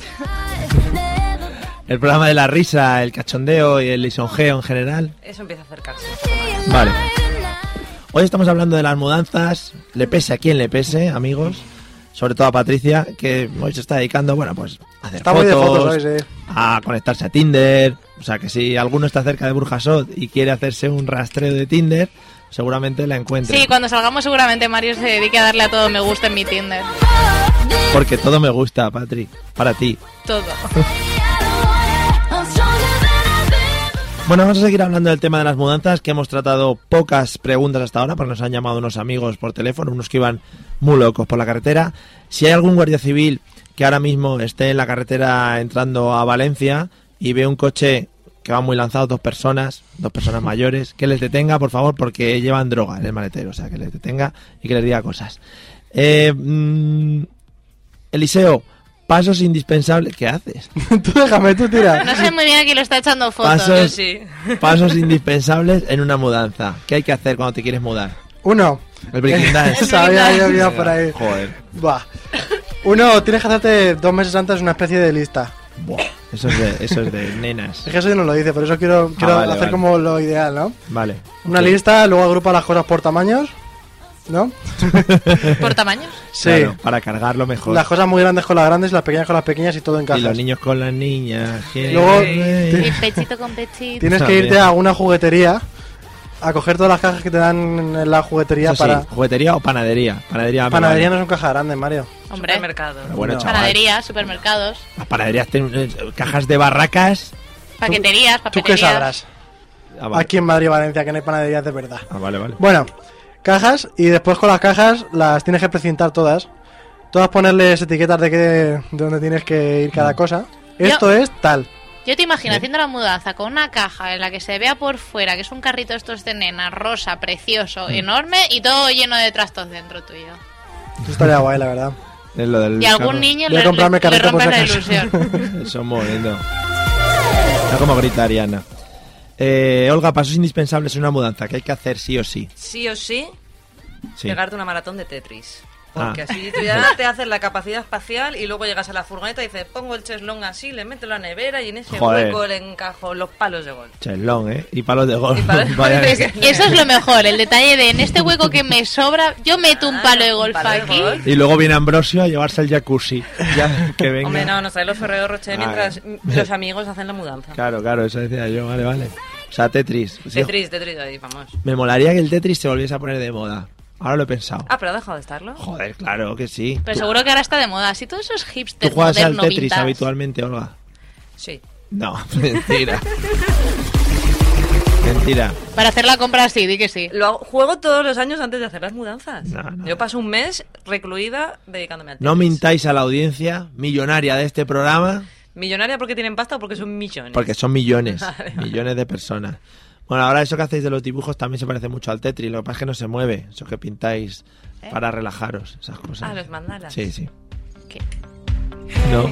A: El programa de la risa, el cachondeo y el lisonjeo en general.
C: Eso empieza a acercarse.
A: Vale. Hoy estamos hablando de las mudanzas, le pese a quien le pese, amigos. Sobre todo a Patricia, que hoy se está dedicando, bueno, pues a hacer
D: Está muy
A: fotos,
D: de fotos hoy, sí.
A: a conectarse a Tinder. O sea, que si alguno está cerca de Burjasot y quiere hacerse un rastreo de Tinder, seguramente la encuentre.
B: Sí, cuando salgamos seguramente Mario se dedique a darle a todo me gusta en mi Tinder.
A: Porque todo me gusta, Patri, para ti.
B: Todo.
A: Bueno, vamos a seguir hablando del tema de las mudanzas, que hemos tratado pocas preguntas hasta ahora, porque nos han llamado unos amigos por teléfono, unos que iban muy locos por la carretera. Si hay algún guardia civil que ahora mismo esté en la carretera entrando a Valencia y ve un coche que va muy lanzado, dos personas, dos personas mayores, que les detenga, por favor, porque llevan droga en el maletero, o sea, que les detenga y que les diga cosas. Eh, mm, Eliseo, pasos indispensables, ¿qué haces?
D: tú déjame, tú tira.
B: No sé muy bien a quién le está echando fotos.
A: Pasos, pasos indispensables en una mudanza. ¿Qué hay que hacer cuando te quieres mudar?
D: Uno.
A: El Breaking
B: Ah,
A: Dance.
D: Sabía yo que iba por ahí.
A: Joder,
D: Buah. Uno, tienes que hacerte dos meses antes una especie de lista.
A: eso es de, eso es de nenas.
D: Es que eso yo no lo dice, por eso quiero, quiero
A: Ah, vale,
D: hacer
A: vale.
D: como lo ideal, ¿no?
A: Vale.
D: Una
A: Sí.
D: lista, luego agrupa las cosas por tamaños, ¿no?
B: ¿Por tamaños?
D: Sí.
A: Claro, para cargarlo mejor.
D: Las cosas muy grandes con las grandes, las pequeñas con las pequeñas y todo en
A: y los
D: cajas.
A: niños con las niñas. ¿quién
D: Luego,
A: es?
D: ti-
B: Pechito con pechito.
D: tienes que
A: También.
D: irte a una juguetería a coger todas las cajas que te dan en la juguetería
A: Eso sí,
D: para...
A: ¿Juguetería o panadería? Panadería, me
D: Panadería
A: vale.
D: no son cajas grandes, Mario.
B: Hombre.
A: Pero bueno, chaval.
B: Panaderías, supermercados,
A: Las panaderías tienen eh, cajas de barracas.
B: paqueterías,
D: ¿Tú
B: papelerías.
D: qué sabrás?
A: Ah, vale.
D: Aquí en Madrid y Valencia, que no hay panaderías de verdad.
A: Ah, vale, vale.
D: Bueno, cajas y después con las cajas las tienes que precintar todas. Todas ponerles etiquetas de, qué, de dónde tienes que ir
A: Mm.
D: cada cosa. Esto es tal.
B: Yo te imagino haciendo la mudanza con una caja en la que se vea por fuera que es un carrito de estos de nena, rosa, precioso,
A: Mm.
B: enorme y todo lleno de trastos dentro tuyo.
D: Esto estaría guay, la verdad.
A: Es lo del
B: Y algún
A: carro.
B: niño Voy a le- comprarme le- le carrito por rompe si la acaso.
A: Son muy lindos. No como grita Ariana. Eh, Olga, pasos indispensables en una mudanza. ¿Qué hay que hacer sí o sí?
C: Sí o sí,
A: Sí.
C: pegarte una maratón de Tetris. Porque
A: Ah.
C: así tú ya te haces la capacidad espacial y luego llegas a la furgoneta y dices, pongo el cheslón así, le meto la nevera y en ese
A: Joder.
C: hueco le encajo los palos de golf.
A: Chelón, ¿eh? Y palos de golf. Vaya que-
B: Entonces, eso es lo mejor, el detalle de en este hueco que me sobra, yo meto un palo de golf aquí.
A: Y luego viene Ambrosio a llevarse el jacuzzi. Ya, que venga.
C: Hombre, no, nos trae los ferreos Roche
A: Ah.
C: mientras los amigos hacen la mudanza.
A: Claro, claro, eso decía yo, vale, vale. O sea, Tetris. Sí,
C: Tetris, Tetris, ahí vamos.
A: Me molaría que el Tetris se volviese a poner de moda. Ahora lo he pensado.
C: Ah, pero ha dejado de estarlo.
A: Joder, claro que sí.
B: Pero
A: Tú-
B: seguro que ahora está de moda, así todos esos hipsters
A: ¿Tú juegas al
B: moderno
A: Tetris
B: vintage.
A: habitualmente, Olga?
C: Sí.
A: No, mentira. mentira.
B: Para hacer la compra sí, di que sí.
C: Lo hago- juego todos los años antes de hacer las mudanzas.
A: No, no.
C: Yo paso un mes recluida dedicándome al Tetris.
A: No mintáis a la audiencia millonaria de este programa
C: Millonaria porque tienen pasta o porque son millones. Ah,
A: porque son millones,
C: Vale, vale.
A: millones de personas. Bueno, ahora eso que hacéis de los dibujos también se parece mucho al Tetris, lo que pasa es que no se mueve, eso que pintáis
C: ¿Eh?
A: para relajaros, esas cosas.
C: Ah, los mandalas.
A: Sí, sí.
B: ¿Qué?
A: No.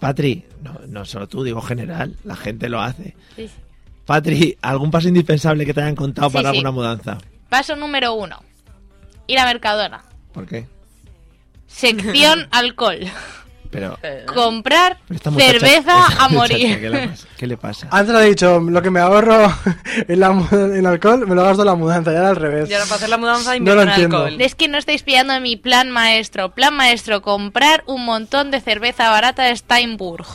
A: Patri, no, no solo tú, digo general, la gente lo hace.
B: Sí.
A: Patri, ¿algún paso indispensable que te hayan contado
B: Sí,
A: para
B: sí.
A: alguna mudanza?
B: Paso número uno, ir a Mercadona.
A: ¿Por qué?
B: Sección alcohol.
C: Eh,
A: Pero,
B: Comprar
A: pero esta muchacha-
B: cerveza
A: esta
B: a
A: muchacha,
B: morir.
A: ¿qué le pasa? ¿Qué le pasa?
D: Antes lo he dicho, lo que me ahorro en, la mu- en alcohol me lo gasto en la mudanza, ya era al revés.
C: Y ahora para hacer la mudanza
D: No
C: invierno
D: lo
C: en
D: entiendo.
C: alcohol.
B: Es que no estáis pillando en mi plan maestro. Plan maestro, comprar un montón de cerveza barata de Steinburg.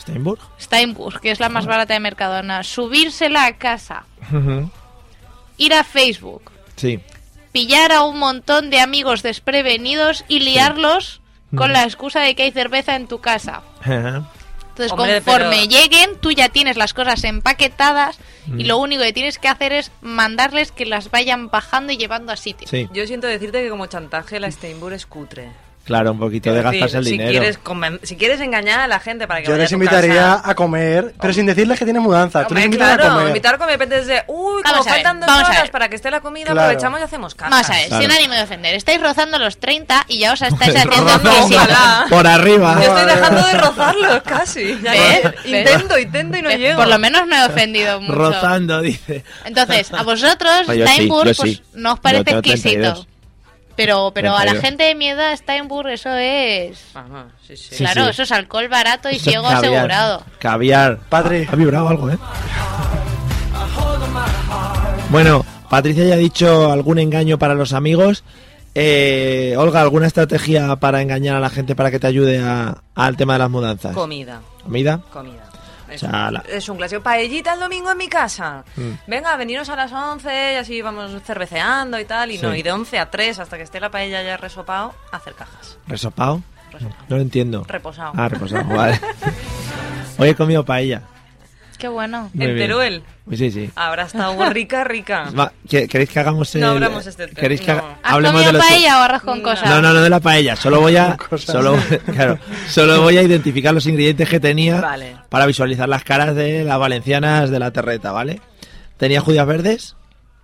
A: ¿Steinburg?
B: Steinburg, que es la
D: Ah.
B: más barata de Mercadona. Subírsela a casa. Ir a Facebook.
A: Sí.
B: Pillar a un montón de amigos desprevenidos y liarlos
D: Mm.
B: con la excusa de que hay cerveza en tu casa.
A: Ajá.
B: Entonces,
C: Hombre,
B: conforme
C: pero-
B: lleguen, tú ya tienes las cosas empaquetadas y
C: Mm.
B: lo único que tienes que hacer es mandarles que las vayan bajando y llevando a sitio.
C: Yo siento decirte que como chantaje la Steinburg es cutre.
A: Claro, un poquito de
C: Es decir,
A: gastarse el
C: si
A: dinero.
C: Quieres conven- si quieres engañar a la gente para que
D: Yo
C: vaya
D: les
C: a tu
D: invitaría
C: casa-
D: a comer, pero sin decirles que tienen mudanza. Tú les
C: Hombre,
D: invitas
C: claro,
D: a comer.
C: invitar a comer pero desde, uy, como
B: Vamos a ver,
C: faltan dos
B: vamos a
C: horas
B: ver.
C: para que esté la comida,
D: Claro.
C: aprovechamos y hacemos caja.
B: Vamos a ver,
A: Claro.
B: sin ánimo de ofender, estáis rozando los 30 y ya os estáis
A: Joder,
B: haciendo
A: rozando.
B: misioneros.
A: Por arriba.
C: Yo estoy dejando de rozarlo casi. Ya
B: ¿Ves?
C: que Intento, intento y no
B: ¿Ves?
C: llego.
B: Por lo menos no he ofendido mucho.
A: Rozando, dice.
B: Entonces, a vosotros,
A: No, yo sí,
B: Steinburg,
A: yo
B: pues
A: sí.
B: no os
A: Yo
B: parece
A: tengo
B: exquisito.
A: 32.
B: Pero, pero a la
A: 32.
B: gente de mi edad, Steinburg, eso es.
A: Sí,
B: claro,
A: sí.
B: eso es alcohol barato y
A: Eso es
B: ciego
A: caviar.
B: asegurado.
A: Caviar. Patri. Ha, vibrado algo, ¿eh? Bueno, Patricia ya ha dicho algún engaño para los amigos. Eh, Olga, ¿alguna estrategia para engañar a la gente para que te ayude a- al tema de las mudanzas?
C: Comida,
A: ¿Comida?
C: comida.
A: O
C: Es,
A: sea, la-
C: es un clásico. Paellita el domingo en mi casa.
A: Mm.
C: Venga, veniros a las 11 y así vamos cerveceando y tal. Y
A: Sí.
C: no, y de 11 a 3 hasta que esté la paella ya resopado, hacer cajas.
A: ¿Resopao? No lo entiendo.
C: Reposado.
A: Ah, reposado, vale. Hoy he comido paella.
B: Qué bueno.
A: Muy
C: en
A: bien.
C: Teruel.
A: Pues sí,
B: Ah.
A: sí.
C: Habrá estado rica, rica.
A: Va, ¿que- ¿Queréis que hagamos el...
C: No hablamos este tema,
A: ¿Queréis que
C: no.
A: haga-
C: ¿Has
A: hablemos de
B: ¿Comido
A: los...
B: paella o arroz con cosas?
A: No, no, no de la paella. Solo voy a, solo, claro, solo voy a identificar los ingredientes que tenía
C: Vale.
A: para visualizar las caras de las valencianas de la terreta, ¿vale? Tenía judías verdes.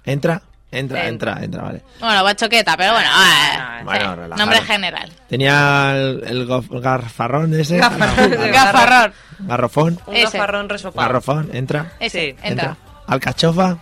A: Entra, entra, entra, entra, vale.
B: Bueno, va choqueta, pero bueno. ah,
A: no, bueno,
B: sí.
A: relajado.
B: Nombre general.
A: Tenía el, el gof- garfarrón ese.
B: Gafarrón.
A: Garrofón.
C: Un
B: Ese.
C: gafarrón resopado.
A: Garrofón, entra.
B: Ese,
C: Sí.
B: entra.
A: Alcachofa.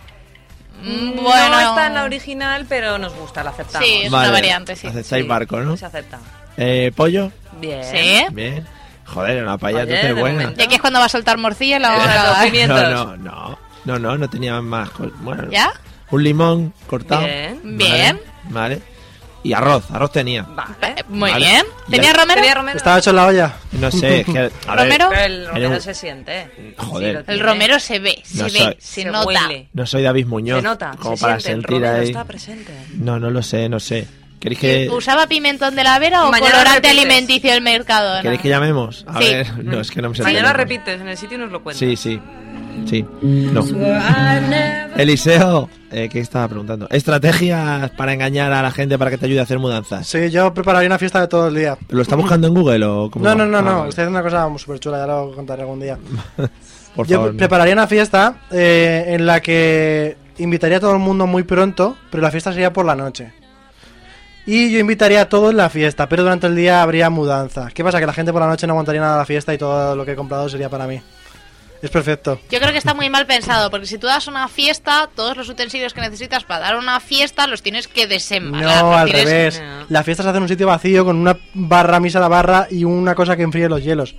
B: Mm,
C: No
B: Bueno,
C: está en la original, pero nos gusta, la aceptamos.
B: Sí, es
A: Vale,
B: una variante, sí.
A: Aceptáis barco, ¿no?
C: Se acepta.
A: Eh, pollo.
C: Bien.
B: Sí.
A: Bien. Joder, una paella
C: Oye,
A: entonces
C: de
A: buena.
C: momento.
B: Y aquí es cuando va a soltar morcilla y la vamos a
C: Los
B: acabar.
C: pimientos.
A: No, no, no. No, no, no tenía más. col- Bueno,
B: ¿Ya?
A: un limón cortado.
C: Bien.
A: Vale,
B: Bien.
A: Vale. Y arroz, arroz tenía.
C: Vale.
B: Muy
A: Vale.
B: bien.
A: Y
B: ¿Tenía
A: el-
B: romero?
C: Tenía romero.
D: Estaba hecho en la olla.
A: No sé, es que. A ver,
B: ¿Romero?
C: Pero el
A: Era
C: romero
A: un-
C: se siente.
A: Joder.
C: Sí, lo
B: El
C: tiene.
B: romero se ve, se
A: No
B: ve,
A: soy-
B: se,
C: Se
B: nota.
C: huele.
A: No soy David Muñoz.
C: Se nota,
A: como
C: se
A: para
C: siente, el
A: sentir
C: romero
A: ahí.
C: está presente.
A: No, no lo sé, no sé. ¿Queréis que,
B: ¿Usaba pimentón de la vera o
C: Mañana
B: colorante
C: repites.
B: alimenticio del mercado?
A: ¿queréis que llamemos? A
B: Sí.
A: ver, no, es que no me sé.
C: Mañana
A: el nombre.
C: repites, en el sitio nos lo cuentas.
A: Sí, sí. Sí. No. Eliseo, eh, ¿qué estaba preguntando? ¿Estrategias para engañar a la gente para que te ayude a hacer mudanzas?
D: Sí, yo prepararía una fiesta de todo el día.
A: ¿Lo está buscando en Google o cómo
D: No,
A: va?
D: no, no,
A: Ah,
D: no.
A: vale.
D: Estoy haciendo una cosa súper chula, ya lo contaré algún día.
A: Por
D: Yo
A: favor. no.
D: prepararía una fiesta eh, en la que invitaría a todo el mundo muy pronto, pero la fiesta sería por la noche. Y yo invitaría a todos en la fiesta, pero durante el día habría mudanza. ¿Qué pasa? Que la gente por la noche no aguantaría nada la fiesta y todo lo que he comprado sería para mí. Es perfecto.
B: Yo creo que está muy mal pensado, porque si tú das una fiesta, todos los utensilios que necesitas para dar una fiesta los tienes que desembalar.
D: No,
B: los
D: al
B: tienes-
D: revés. Las fiestas se hacen en un sitio vacío con una barra misa a la barra y una cosa que enfríe los hielos.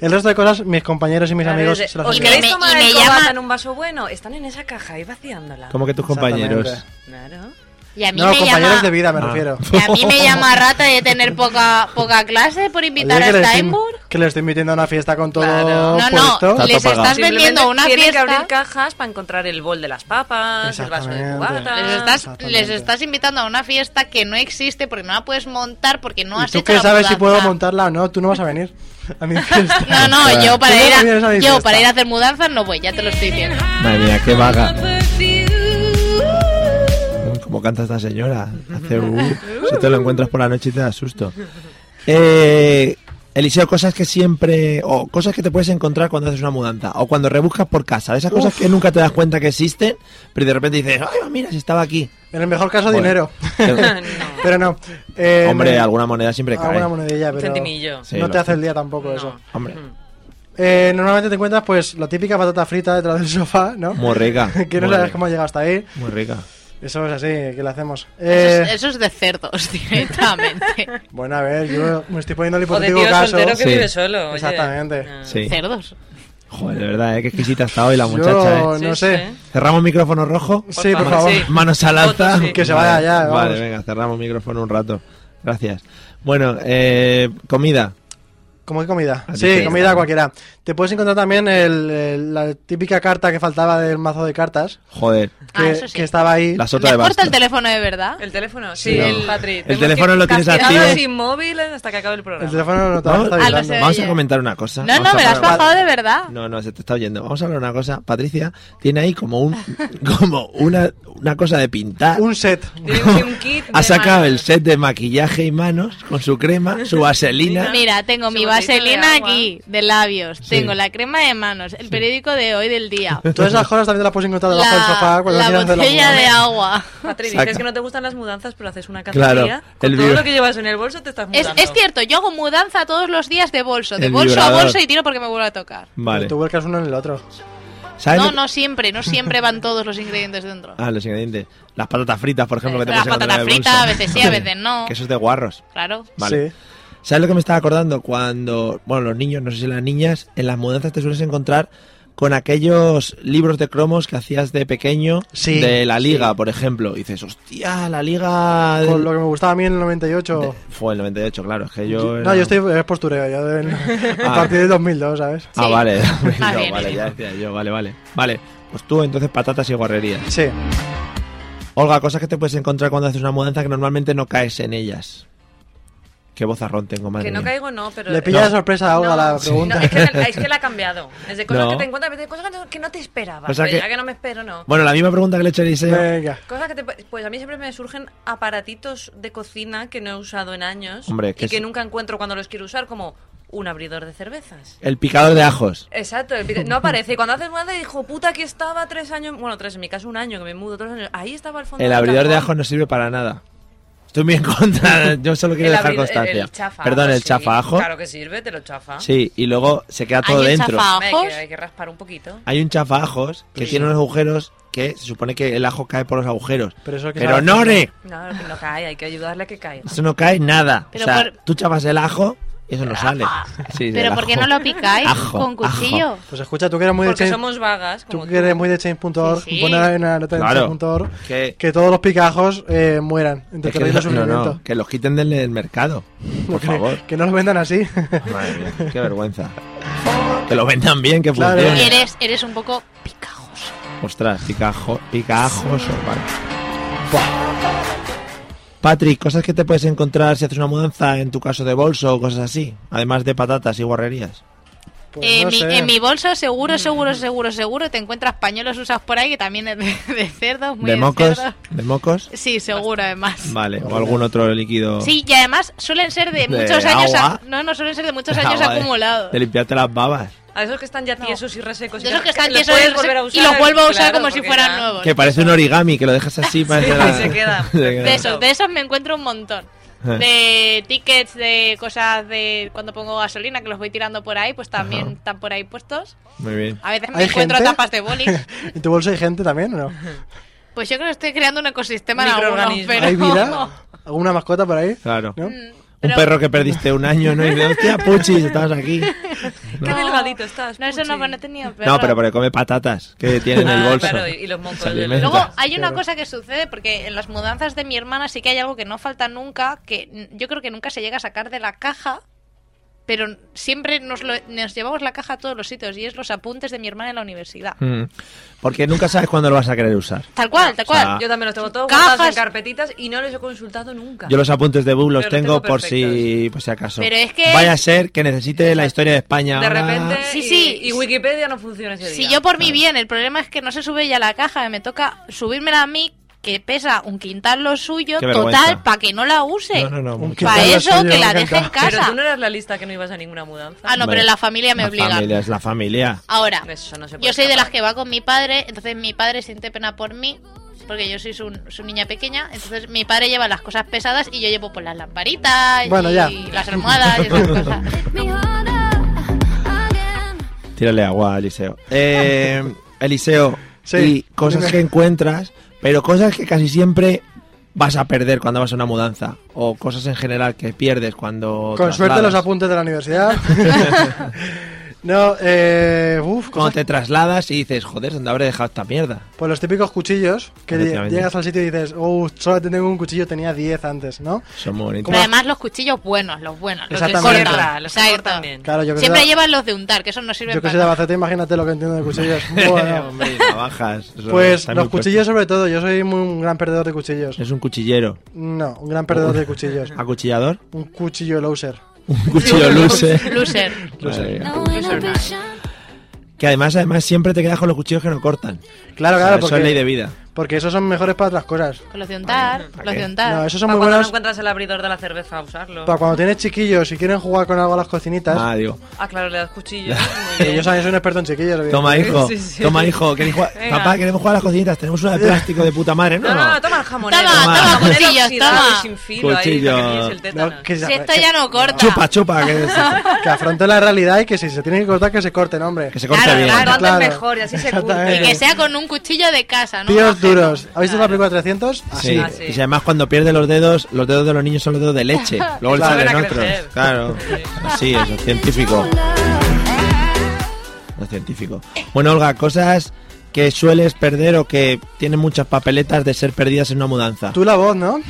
D: El resto de cosas, mis compañeros y mis amigos se las
C: ¿Os
D: inventan.
C: queréis tomar
B: y me
C: el cobata
B: llama-
C: en un vaso bueno? Están en esa caja, y vaciándola.
A: Como que tus compañeros.
C: Claro.
B: Y a mí
D: No,
B: me
D: compañeros
B: llama...
D: de vida,
A: Ah.
D: me refiero.
B: y a mí me llama rata de tener poca, poca clase por
D: Oye,
B: invitar
D: que, le Pues
B: a
D: estoy,
B: Steinburg.
D: que le estoy metiendo a una fiesta con todo
B: No, no,
D: puesto.
B: les estás vendiendo una
C: Tienen que
B: fiesta.
C: abrir cajas para encontrar el bol de las papas, el vaso de cubata.
B: Les estás, les estás invitando a una fiesta que no existe porque no la puedes montar porque no
D: ¿Y
B: has
D: tú
B: hecho
D: qué
B: la
D: sabes si
B: mudanza.
D: puedo montarla o no? Tú no vas a venir a mi fiesta.
B: No, no, yo para
D: Tú
B: ir
D: vienes
B: a,
D: mi
B: yo
D: fiesta.
B: para ir a hacer mudanzas no voy, ya te lo estoy diciendo.
A: Madre mía, qué vaga. ¿Cómo canta esta señora? Hace uh, Si te lo encuentras por la noche y te da susto. Eh, Eliseo, cosas que siempre. O cosas que te puedes encontrar cuando haces una mudanza. O cuando rebuscas por casa. de Esas cosas que nunca te das cuenta que existen. Pero de repente dices, ¡ay, mira, si estaba aquí!
D: En el mejor caso,
A: Joder.
D: dinero. Pero no. Eh,
A: Hombre,
D: no.
A: alguna moneda siempre cae.
D: Alguna monedilla, pero
C: Centimillo. Sí,
D: no
A: lo
D: te hace
A: sé.
D: el día tampoco eso.
A: Hombre.
D: Eh, normalmente te encuentras pues la típica patata frita detrás del sofá, ¿no?
A: Muy rica,
D: que no
A: muy
D: sabes
A: rica.
D: cómo ha llegado hasta ahí.
A: Muy rica.
D: Eso es así, ¿qué le hacemos?
B: Eso
D: Eh,
B: es, eso es de cerdos directamente.
D: Bueno, a ver, yo me estoy poniendo el
B: O de
D: hipotético
B: tío
D: caso.
B: soltero que
A: Sí. vive
C: solo, oye. Ah.
D: Exactamente.
B: Ah.
A: Sí.
B: Cerdos.
A: Joder, de verdad, ¿eh? qué exquisita está hoy la
D: Yo
A: muchacha. ¿eh?
D: no Sí, sé. sí.
A: ¿Cerramos micrófono rojo?
D: Sí, por
A: Manos-
D: favor. Sí.
A: Manos al
D: Fotos,
A: alza.
D: sí. Que se vaya ya, vamos.
A: Vale, venga, cerramos micrófono un rato. Gracias. Bueno, eh, comida.
D: ¿Cómo que comida?
A: Así
D: Sí,
A: que-
D: comida cualquiera. Te puedes encontrar también el- el- la típica carta que faltaba del mazo de cartas.
A: Joder.
B: Ah,
D: que,
B: eso sí.
D: que estaba ahí.
A: La sota de
B: ¿Corta
A: basta.
B: el teléfono de verdad?
C: El teléfono,
A: Sí,
C: sí,
A: no.
C: el Patri.
A: El teléfono lo tienes activo.
C: sin móvil hasta que acabe el programa.
D: El teléfono no te
A: Vamos,
C: Ah,
D: está vibrando.
A: vamos a comentar una cosa.
B: No,
A: Vamos
B: no,
A: a
B: me lo has
A: hablar-
B: bajado de verdad.
A: No, no, se te está oyendo. Vamos a hablar una cosa. Patricia tiene ahí como un como una, una cosa de pintar.
D: Un set.
A: ha sacado el set de maquillaje y manos con su crema, su vaselina.
B: Mira, tengo mi vaselina aquí, de labios, tengo la crema de manos, el periódico de hoy del día,
D: Todas esas cosas también te las puedes encontrar debajo del sofá cuando
B: la
D: quieras hacer la
B: botella
D: mudanza.
B: de agua.
C: Patri,
A: Saca.
C: dices que no te gustan las mudanzas, pero haces una
A: Claro,
C: cacería. con
A: el
C: todo
A: vibra-
C: lo que llevas en el bolso te estás
B: Es,
C: mudando.
B: es cierto, yo hago mudanza todos los días de bolso, de
A: El
B: bolso a
A: vibrador.
B: bolso y tiro porque me vuelvo a tocar.
A: Vale.
D: Tú vuelcas uno en el otro.
A: ¿Sabes
B: No,
A: lo que-
B: no siempre, no siempre van todos los ingredientes dentro.
A: Ah, los ingredientes. Las patatas fritas, por ejemplo, que te
B: Las
A: puedes encontrar
B: patatas
A: en el
B: fritas, a
A: bolso.
B: veces sí, a veces no.
A: Que eso es de guarros.
B: Claro.
A: Vale.
D: Sí.
A: ¿Sabes lo que me estaba acordando? Cuando, bueno, los niños, no sé si las niñas, en las mudanzas te sueles encontrar con aquellos libros de cromos que hacías de pequeño
D: Sí,
A: de la liga, por ejemplo. Y dices, hostia, Tía, la liga.
D: Con lo que me gustaba a mí en el 98.
A: fue el 98, claro, es que yo...
D: No,
A: era-
D: yo estoy. Es postureo. Yo en-
A: Ah.
D: A partir del 2002, ¿sabes?
A: Ah, vale.
D: Más
A: No,
D: bien,
A: vale,
D: eh.
A: ya decía yo, vale, vale. Vale, pues tú entonces patatas y guarrerías.
D: Sí.
A: Olga, cosas que te puedes encontrar cuando haces una mudanza que normalmente no caes en ellas. Qué vozarrón tengo, madre
C: Que no
A: mía.
C: caigo, no, pero.
A: Mm. Le pilla de
D: sorpresa a Olga la pregunta.
C: No, es, que, la- es que la ha cambiado. Es de cosas
A: No.
C: que te encuentras, pero de cosas que no, que no te esperabas.
A: O sea
C: Pero
A: que-
C: ya que no me espero, no.
A: Bueno, la misma pregunta que le he hecho a Eliseo.
D: Eh.
C: Cosas que te, pues a mí siempre me surgen aparatitos de cocina que no he usado en años
A: Hombre, que
C: y que
A: es-
C: nunca encuentro cuando los quiero usar, como un abridor de cervezas.
A: El picador de ajos.
C: Exacto, el pide- no aparece. Y Cuando haces mudanza, dijo, puta, aquí estaba tres años. Bueno, tres, en mi caso un año que me mudo, tres años. Ahí estaba al fondo.
A: El
C: del
A: abridor de
C: cajón.
A: ajos no sirve para nada. Estoy muy en contra. Yo solo quiero
C: El
A: dejar
C: abridor- el-
A: constancia.
C: el chafa
A: Perdón,
C: ajo,
A: el
C: sí.
A: chafa ajo.
C: Claro que sirve, te lo chafa.
A: Sí, y luego se queda todo
C: Hay un
A: dentro.
C: chafaajos. Hay que, hay que raspar un poquito.
A: Hay un chafa ajos que
C: Sí.
A: tiene unos agujeros que se supone que el ajo cae por los agujeros.
D: Pero eso que
A: Pero
D: sabe
A: no,
D: hacer,
A: re,
C: No, que no cae, hay que ayudarle a que caiga.
A: eso no cae nada.
B: Pero
A: o sea,
B: por-
A: tú chapas el ajo y eso no sale. Sí,
B: Pero
A: el
B: ¿por qué
A: ajo.
B: no lo picáis
A: Ajo,
B: con cuchillo?
A: ajo.
D: Pues escucha, tú que eres muy
C: Porque
D: de change-
C: somos vagas,
D: Tú
C: como
D: que eres muy de change.org,
C: Sí, sí.
D: pon ahí una nota en
A: Claro.
D: change.org
A: Que-
D: que todos los picajos eh, mueran. Entre
A: Es que
D: terror y
A: no- no,
D: sufrimiento.
A: no, que los quiten del, del mercado. Por
D: que,
A: favor.
D: que no los vendan así.
A: Madre mía, qué vergüenza. Que lo vendan bien, que
D: Claro.
A: funcione.
B: Eres, eres un poco...
A: Ostras, picajo, picajos. Vale. Buah. Patrick, cosas que te puedes encontrar si haces una mudanza, en tu caso de bolso o cosas así, además de patatas y guarrerías.
D: Pues
B: en,
A: Pues no
B: mi,
A: sé. Mm.
B: en mi bolso seguro, seguro, seguro, seguro te encuentras pañuelos usados por ahí que también es de, de cerdos, muy
A: ¿De mocos?
B: cerdos.
A: ¿De mocos?
B: Sí, seguro además.
A: Vale, o algún otro líquido.
B: Sí, y además suelen ser de,
A: De
B: muchos años...
A: agua.
B: a- no, no, suelen ser de muchos
A: Ah,
B: años
A: vale.
B: acumulados.
A: De limpiarte las babas.
C: A esos que están ya tiesos y resecos. y
B: De esos
C: tal,
B: que están
C: los
B: tiesos
C: puedes
B: y
C: volver a
B: resecos y los
C: usar,
B: vuelvo a usar
C: claro,
B: como si
C: porque
B: fueran
C: ya-
B: nuevos.
A: Que parece un origami, que lo dejas así. parece
C: Sí,
A: la-
C: se queda.
A: se queda.
B: De esos, de esos me encuentro un montón.
A: Eh.
B: de tickets de cosas de cuando pongo gasolina que los voy tirando por ahí, pues también
A: Ajá.
B: están por ahí puestos.
A: Muy bien.
B: A veces me encuentro tapas de bolis.
D: ¿En tu bolsa hay gente también o no?
B: Pues yo creo que estoy creando un ecosistema en algunos,
D: Microorganismos.
B: pero...
D: ¿Hay vida? ¿Alguna mascota por ahí?
A: Claro.
C: Mm,
D: ¿No?
A: Un perro que perdiste un año, ¿no? Y dices, hostia, puchis, estabas aquí.
B: Qué delgadito estás. No, eso no, no he tenido perro.
A: No, pero porque come patatas que tiene en el
C: Ah,
A: bolso.
C: claro, y- y los mocos
A: Se
C: del-
A: alimenta.
B: Luego hay una
A: Claro.
B: cosa que sucede porque en las mudanzas de mi hermana sí que hay algo que no falta nunca, que n- yo creo que nunca se llega a sacar de la caja, pero siempre nos, lo- nos llevamos la caja a todos los sitios y es los apuntes de mi hermana en la universidad.
A: Mm. Porque nunca sabes cuándo lo vas a querer usar.
B: Tal cual, tal
A: O sea,
B: cual.
C: Yo también los tengo todos
B: Cajas.
C: guardados en carpetitas y no los he consultado nunca.
A: Yo los apuntes de Bug
C: Pero
A: los
C: los
A: tengo,
C: tengo
A: por si por si acaso.
C: Pero es que-
A: Vaya a ser que necesite la historia de España.
C: De
A: ahora.
C: repente
B: Sí,
C: y-
B: sí.
C: y, Wikipedia no funciona ese
B: Si
C: día.
B: yo por mi bien, el problema es que no se sube ya la caja, me toca subírmela a mí que pesa un quintal lo suyo,
C: Qué vergüenza.
B: total, para que no la use.
A: No, no, no. mucho.
B: Para eso que la deje en
C: Pero tú
B: casa.
C: no eras la lista que no ibas a ninguna mudanza.
B: Ah, no, pero la familia me
A: La
B: obliga.
A: familia, es la familia.
B: Ahora,
C: no se puede
B: yo soy de las que va con mi padre, entonces mi padre siente pena por mí, porque yo soy su, su niña pequeña, entonces mi padre lleva las cosas pesadas y yo llevo pues las lamparitas
A: Bueno,
B: y
A: ya.
B: las almohadas y esas cosas.
A: Tírale agua, Eliseo. Eh, Eliseo, y cosas
D: dime.
A: que encuentras, pero cosas que casi siempre vas a perder cuando vas a una mudanza. O cosas en general que pierdes cuando.
D: Con suerte los
A: trasladas.
D: apuntes de la universidad. no, eh, uf,
A: Cuando
D: cosas-
A: te trasladas y dices, joder, ¿dónde habré dejado esta mierda?
D: Pues los típicos cuchillos que
A: Efectivamente.
D: llegas al sitio y dices, oh, solo tengo un cuchillo, tenía 10 antes, ¿no?
A: Son muy bonitos.
B: Pero además los cuchillos buenos, los buenos, los de
D: Exactamente.
B: corta, los de corta.
D: Claro, yo que
B: Siempre
D: soy de-
B: llevan los de untar, que esos no sirven
D: Yo que
B: para
D: soy de
B: nada.
D: Albacete, imagínate lo que entiendo de cuchillos. Bueno.
A: Hombre, y navajas. eso
D: Pues
A: está
D: los
A: muy puesto.
D: cuchillos sobre todo, yo soy muy- un gran perdedor de cuchillos.
A: Es un cuchillero.
D: No, un gran perdedor de cuchillos.
A: ¿Acuchillador?
D: Un cuchillo loser.
A: Un cuchillo loser.
B: Loser.
A: Madre mía.
B: Loser man.
A: Que además, además siempre te quedas con los cuchillos que no cortan.
D: Claro,
A: O sea,
D: claro,
A: Eso
D: porque-
A: es ley de vida.
D: Porque esos son mejores para otras cosas.
B: Con los de untar, los de untar.
D: No, esos son
C: Pa'
D: muy
C: Ah, cuando
D: buenos
C: no encuentras el abridor de la cerveza a usarlo.
D: para cuando tienes chiquillos y quieren jugar con algo a las cocinitas.
A: Ah, digo.
C: Ah, claro, le das cuchillo. Muy bien.
D: Yo soy un experto en chiquillos.
A: Toma, hijo.
D: Sí, sí.
A: Toma, hijo. ¿queréis jugar?
C: Venga.
A: Papá, queremos jugar a las cocinitas. Tenemos una de plástico de puta madre. No,
C: No, no,
A: no.
C: no, toma el jamonero.
B: Toma,
A: toma,
C: El jamonero
B: cuchillos,
C: oxidado
B: toma.
C: y sin filo ahí,
A: Cuchillo.
C: para que tienes el tétano.
D: No, que
B: Si esto ya no corta.
A: Chupa, chupa. Que, es-
D: Que afronte la realidad y que si se tienen que cortar, que se corten, hombre. Que
A: se corte Claro, bien. claro,
B: cuanto
D: Claro.
B: mejor, y así se
D: Exactamente.
B: Y que sea con un cuchillo de casa, ¿no?
D: Tíos duros. ¿Habéis visto la película 300?
A: Sí. Y si además cuando pierde los dedos, los dedos de los niños son los dedos de leche. Luego le
D: Claro.
A: salen
D: Van a
A: otros.
D: crecer.
A: Claro. Sí, eso es científico. No es científico. Bueno, Olga, cosas que sueles perder o que tienen muchas papeletas de ser perdidas en una mudanza.
D: Tú la voz, ¿no?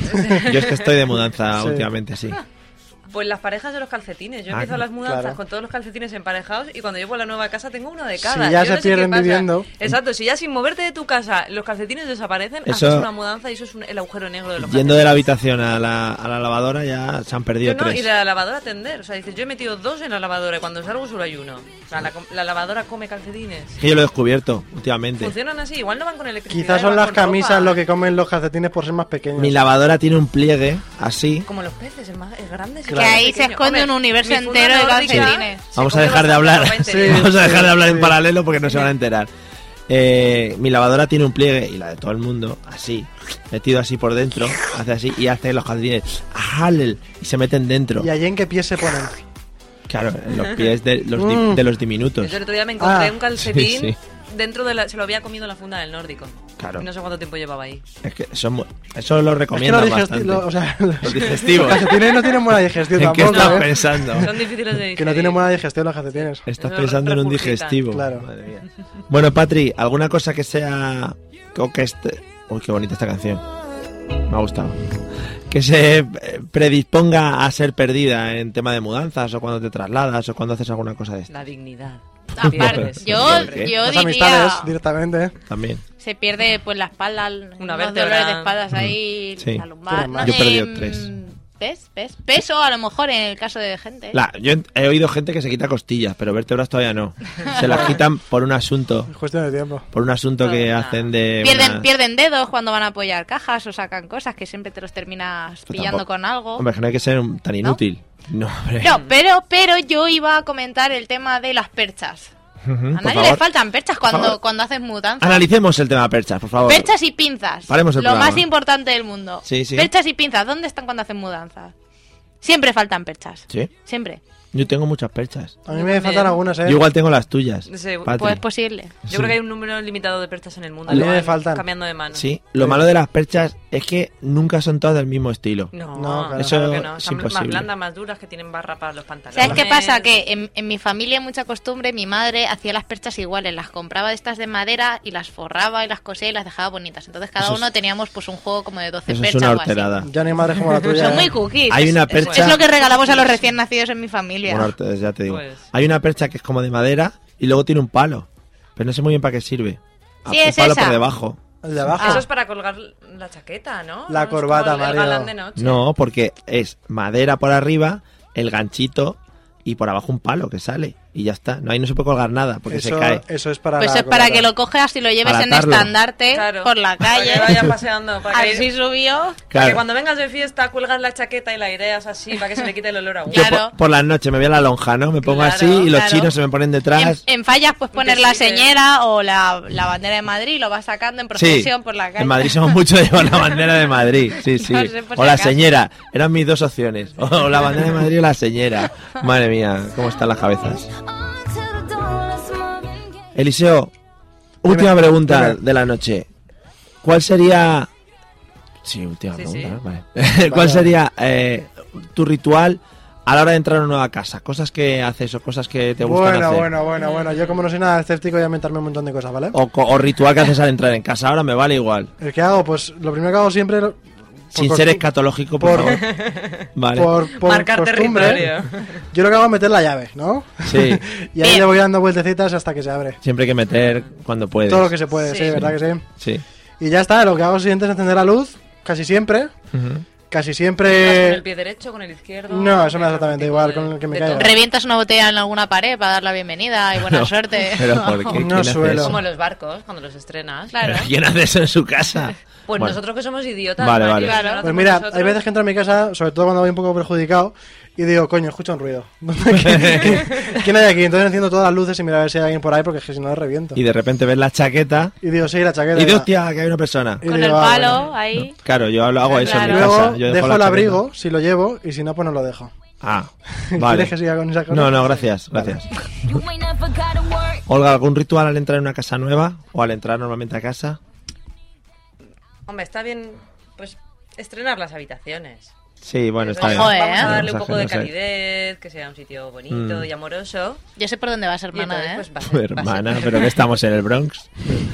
A: Yo es que estoy de mudanza
D: Sí.
A: últimamente, sí.
C: Pues las parejas de los calcetines. Yo
A: Ah,
C: empiezo las mudanzas
A: claro.
C: con todos los calcetines emparejados y cuando llego a la nueva casa tengo una de cada.
D: Si ya
C: Yo
D: se
C: no sé qué
D: pierden
C: pasa.
D: viviendo.
C: Exacto, si ya sin moverte de tu casa los calcetines desaparecen,
A: Eso-
C: haces una mudanza y eso es un- el agujero negro de los
A: Yendo
C: calcetines.
A: de la habitación a la, a la lavadora ya se han perdido
C: No, no, y
A: tres.
C: de la lavadora a tender. O sea, dices, yo he metido dos en la lavadora y cuando salgo solo hay uno. O sea, la, com- la lavadora come calcetines.
A: Es que yo lo he descubierto últimamente.
C: Funcionan así, igual no van con electricidad.
D: Quizás son
C: van
D: las
C: con ropa.
D: camisas lo que comen los calcetines por ser más pequeños.
A: Mi lavadora tiene un pliegue así.
C: Como los peces, es, más, es grande. es
B: Que
C: grande,
B: ahí
C: es
B: se
C: pequeño.
B: esconde
C: Hombre,
B: un universo
C: mi funda
B: entero de
C: nórdica-
B: calcetines.
A: Vamos a dejar de hablar. Vamos a dejar de hablar en paralelo porque no se van a enterar. Eh, mi lavadora tiene un pliegue y la de todo el mundo, así, metido así por dentro, hace así y hace los jardines ¡Jalel! y se meten dentro.
D: ¿Y allí en qué pies se ponen?
A: Claro, en los pies de los, di-
D: Mm.
A: de los diminutos.
C: Yo el otro día me encontré
D: Ah,
C: un calcetín
A: sí,
C: dentro de la... Se lo había comido la funda del nórdico.
A: Claro.
C: Y No sé cuánto tiempo llevaba ahí.
A: Es que son mu- eso lo recomiendo
D: es que los, digesti-
A: bastante.
D: lo- o sea, los,
A: Los digestivos.
D: Los calcetines no tienen buena digestión
A: ¿En qué
D: tampoco.
A: estás
D: ¿eh?
A: pensando? Son
C: difíciles de
D: Que no tienen buena digestión los calcetines.
A: Estás pensando en un digestivo.
D: Claro.
A: Madre mía. Bueno, Patri, ¿alguna cosa que sea. o que este. Uy, qué bonita esta canción. Me ha gustado. Que se eh, predisponga a ser perdida en tema de mudanzas o cuando te trasladas o cuando haces alguna cosa de esto.
C: La dignidad.
B: Aparte,
A: Sí,
B: Ah, yo,
A: ¿por qué?
B: yo
A: Las
B: diría...
A: amistades.
D: Directamente. ¿eh?
A: También.
B: Se pierde pues la espalda, l- los
C: Una vértebra.
B: dolores de espaldas ahí,
A: Sí.
B: la lumbar.
A: Yo he perdido
B: em,
A: tres.
B: ¿Ves? ¿Ves? Peso a lo mejor en el caso de gente.
A: La- yo he- he oído gente que se quita costillas, pero vértebras todavía no. Se las quitan por un asunto.
D: Cuestión de tiempo.
A: Por un asunto que hacen de.
B: pierden,
A: una-
B: pierden dedos cuando van a apoyar cajas o sacan cosas que siempre te los terminas pillando
A: tampoco.
B: con algo.
A: Hombre, que no hay que ser un- tan inútil. No, hombre.
B: No, pero, pero yo iba a comentar el tema de las perchas.
A: Ujú,
B: A
A: por
B: nadie le
A: favor.
B: faltan perchas cuando,
A: favor.
B: cuando haces mudanza.
A: Analicemos el tema de perchas, por favor.
B: Perchas y pinzas.
A: Paremos el
B: lo
A: programa.
B: más importante del mundo.
A: Sí, sí.
B: Perchas y pinzas. ¿Dónde están cuando hacen mudanza? Siempre faltan perchas.
A: Sí.
B: Siempre.
A: Yo tengo muchas perchas.
D: A mí me faltan algunas, ¿eh?
A: Yo igual tengo las tuyas.
C: Sí,
A: Patri.
B: Pues es posible.
C: Yo
A: Sí.
C: creo que hay un número limitado de perchas en el mundo.
A: A mí
C: igual,
A: me faltan.
C: Cambiando de mano.
A: Sí, lo malo de las perchas es que nunca son todas del mismo estilo.
C: No,
A: claro. eso
C: claro que no.
A: es
C: Son más
A: imposible.
C: blandas, más duras, que tienen barra para los pantalones.
B: ¿Sabes qué
C: Pues-
B: pasa? Que en, en mi familia hay mucha costumbre, mi madre hacía las perchas iguales, las compraba de estas de madera y las forraba y las cosía y las dejaba bonitas. Entonces cada
A: Eso es-
B: uno teníamos pues un juego como de 12
A: Eso es
B: perchas
A: una
B: o así. Pues
A: horterada.
D: Ya no hay madres como la tuya. ¿eh?
B: Son muy cookies.
A: Hay una
B: Es- es-
A: percha-
B: Es lo que regalamos a los recién nacidos en mi familia.
A: Bueno, ahorita- ya te digo.
B: Pues.
A: Hay una percha que es como de madera y luego tiene un palo. Pero no sé muy bien para qué sirve. Ah,
B: Sí,
A: un
B: es
A: palo
B: esa.
A: por debajo.
D: El de abajo.
B: ah.
C: Eso es para colgar la chaqueta, ¿no?
D: La
C: No es como
D: corbata,
C: el- el
D: Mario.
C: galán de noche.
A: No, porque es madera por arriba, el ganchito y por abajo un palo que sale. Y ya está. No, ahí no se puede colgar nada porque se
D: Eso-
A: cae.
D: Eso es para
B: Pues
D: la
B: es para
D: corbata.
B: que lo cojas y lo lleves
A: Para
B: en
A: atarlo.
B: estandarte por la calle.
C: Para que vaya paseando. Para que,
B: Así subió.
C: para que
A: Claro.
C: cuando vengas de fiesta cuelgas la chaqueta y la aireas así para que se le quite el olor a huevo.
A: Yo por, por las noches me voy a la lonja, ¿no? Me pongo
C: Claro,
A: así y los
B: claro.
A: chinos se me ponen
B: En,
A: detrás.
B: en fallas pues poner la señera o la, la bandera de Madrid, lo vas sacando en procesión por la calle.
A: en Madrid somos mucho de llevar la bandera de Madrid. Sí, sí.
B: No sé, por si
A: o la
B: acaso.
A: señera. Eran mis dos opciones. O la bandera de Madrid o la señera. Madre mía, cómo están las cabezas. Eliseo, última pregunta de la noche. ¿Cuál sería... Sí, última
C: Sí,
A: pregunta.
C: sí.
A: ¿no? Vale. ¿Cuál sería eh, tu ritual a la hora de entrar a una nueva casa? Cosas que haces o cosas que te gustan
D: bueno,
A: hacer.
D: bueno, bueno, bueno. Yo como no soy nada escéptico voy a inventarme un montón de cosas, ¿vale?
A: O, co- o ritual que haces al entrar en casa. Ahora me vale igual.
D: ¿El que hago? Pues lo primero que hago siempre... lo-
A: Sin
D: por
A: ser
D: costu-
A: escatológico, por,
D: por-
A: favor. Vale.
D: Por, por
C: Marcar
D: costumbre,
C: territorio.
D: yo lo que hago es meter la llave, ¿no?
A: Sí,
D: Y ahí le voy dando vueltecitas hasta que se abre.
A: siempre hay que meter cuando puedes.
D: Todo lo que se puede, sí, ¿verdad que sí?
A: Sí.
D: Y ya está, lo que hago siguiente es encender la luz, casi siempre.
A: Ujú.
D: Casi
C: ¿Con el
D: siempre...
C: pie derecho, con el izquierdo?
D: Eh, No, eso me da exactamente igual con el que me
C: de
D: caiga.
B: Revientas una botella en alguna pared para dar la bienvenida y buena
A: No,
B: suerte.
A: pero ¿por qué? ¿Quién hace eso?
C: Como los barcos, cuando los estrenas. Claro.
A: Pero ¿Quién hace eso en su casa?
C: Pues
A: Bueno,
C: nosotros que somos idiotas.
A: Vale,
C: Mario, no
A: vale.
C: lo
A: Claro.
C: hacemos
D: Pues mira,
C: nosotros.
D: hay veces que entro a mi casa, sobre todo cuando voy un poco perjudicado, y digo, coño, escucho un ruido. ¿Quién hay aquí? Entonces enciendo todas las luces y mira a ver si hay alguien por ahí, porque es que si no, reviento.
A: Y de repente ves la chaqueta
D: Y digo, sí, la chaqueta.
A: y de
D: ya.
A: hostia, que hay una persona.
D: Y
B: Con
D: digo,
B: el
D: ah,
B: palo
D: bueno.
B: ahí.
A: Claro, yo lo hago eso en mi
D: Luego
A: casa. Yo
D: dejo,
A: la
D: el
A: chaqueta.
D: abrigo, si lo llevo, y si no, pues no lo dejo.
A: Ah, vale.
D: ¿Quieres que siga con esa cosa?
A: No, no, gracias, gracias. Olga, ¿algún ritual al entrar en una casa nueva o al entrar normalmente a casa?
C: Hombre, está bien, pues, estrenar las habitaciones.
A: Sí, bueno, está bien.
C: Vamos a ¿eh? darle
A: No
C: un poco de
A: exageres, no sé.
C: calidez, que sea un sitio bonito
A: Mm.
C: y amoroso.
B: Yo sé por dónde vas,
C: Y
B: hermana,
C: entonces,
B: ¿eh?
C: pues, vas,
A: Tu
C: vas-
A: hermana, pero que estamos en el Bronx.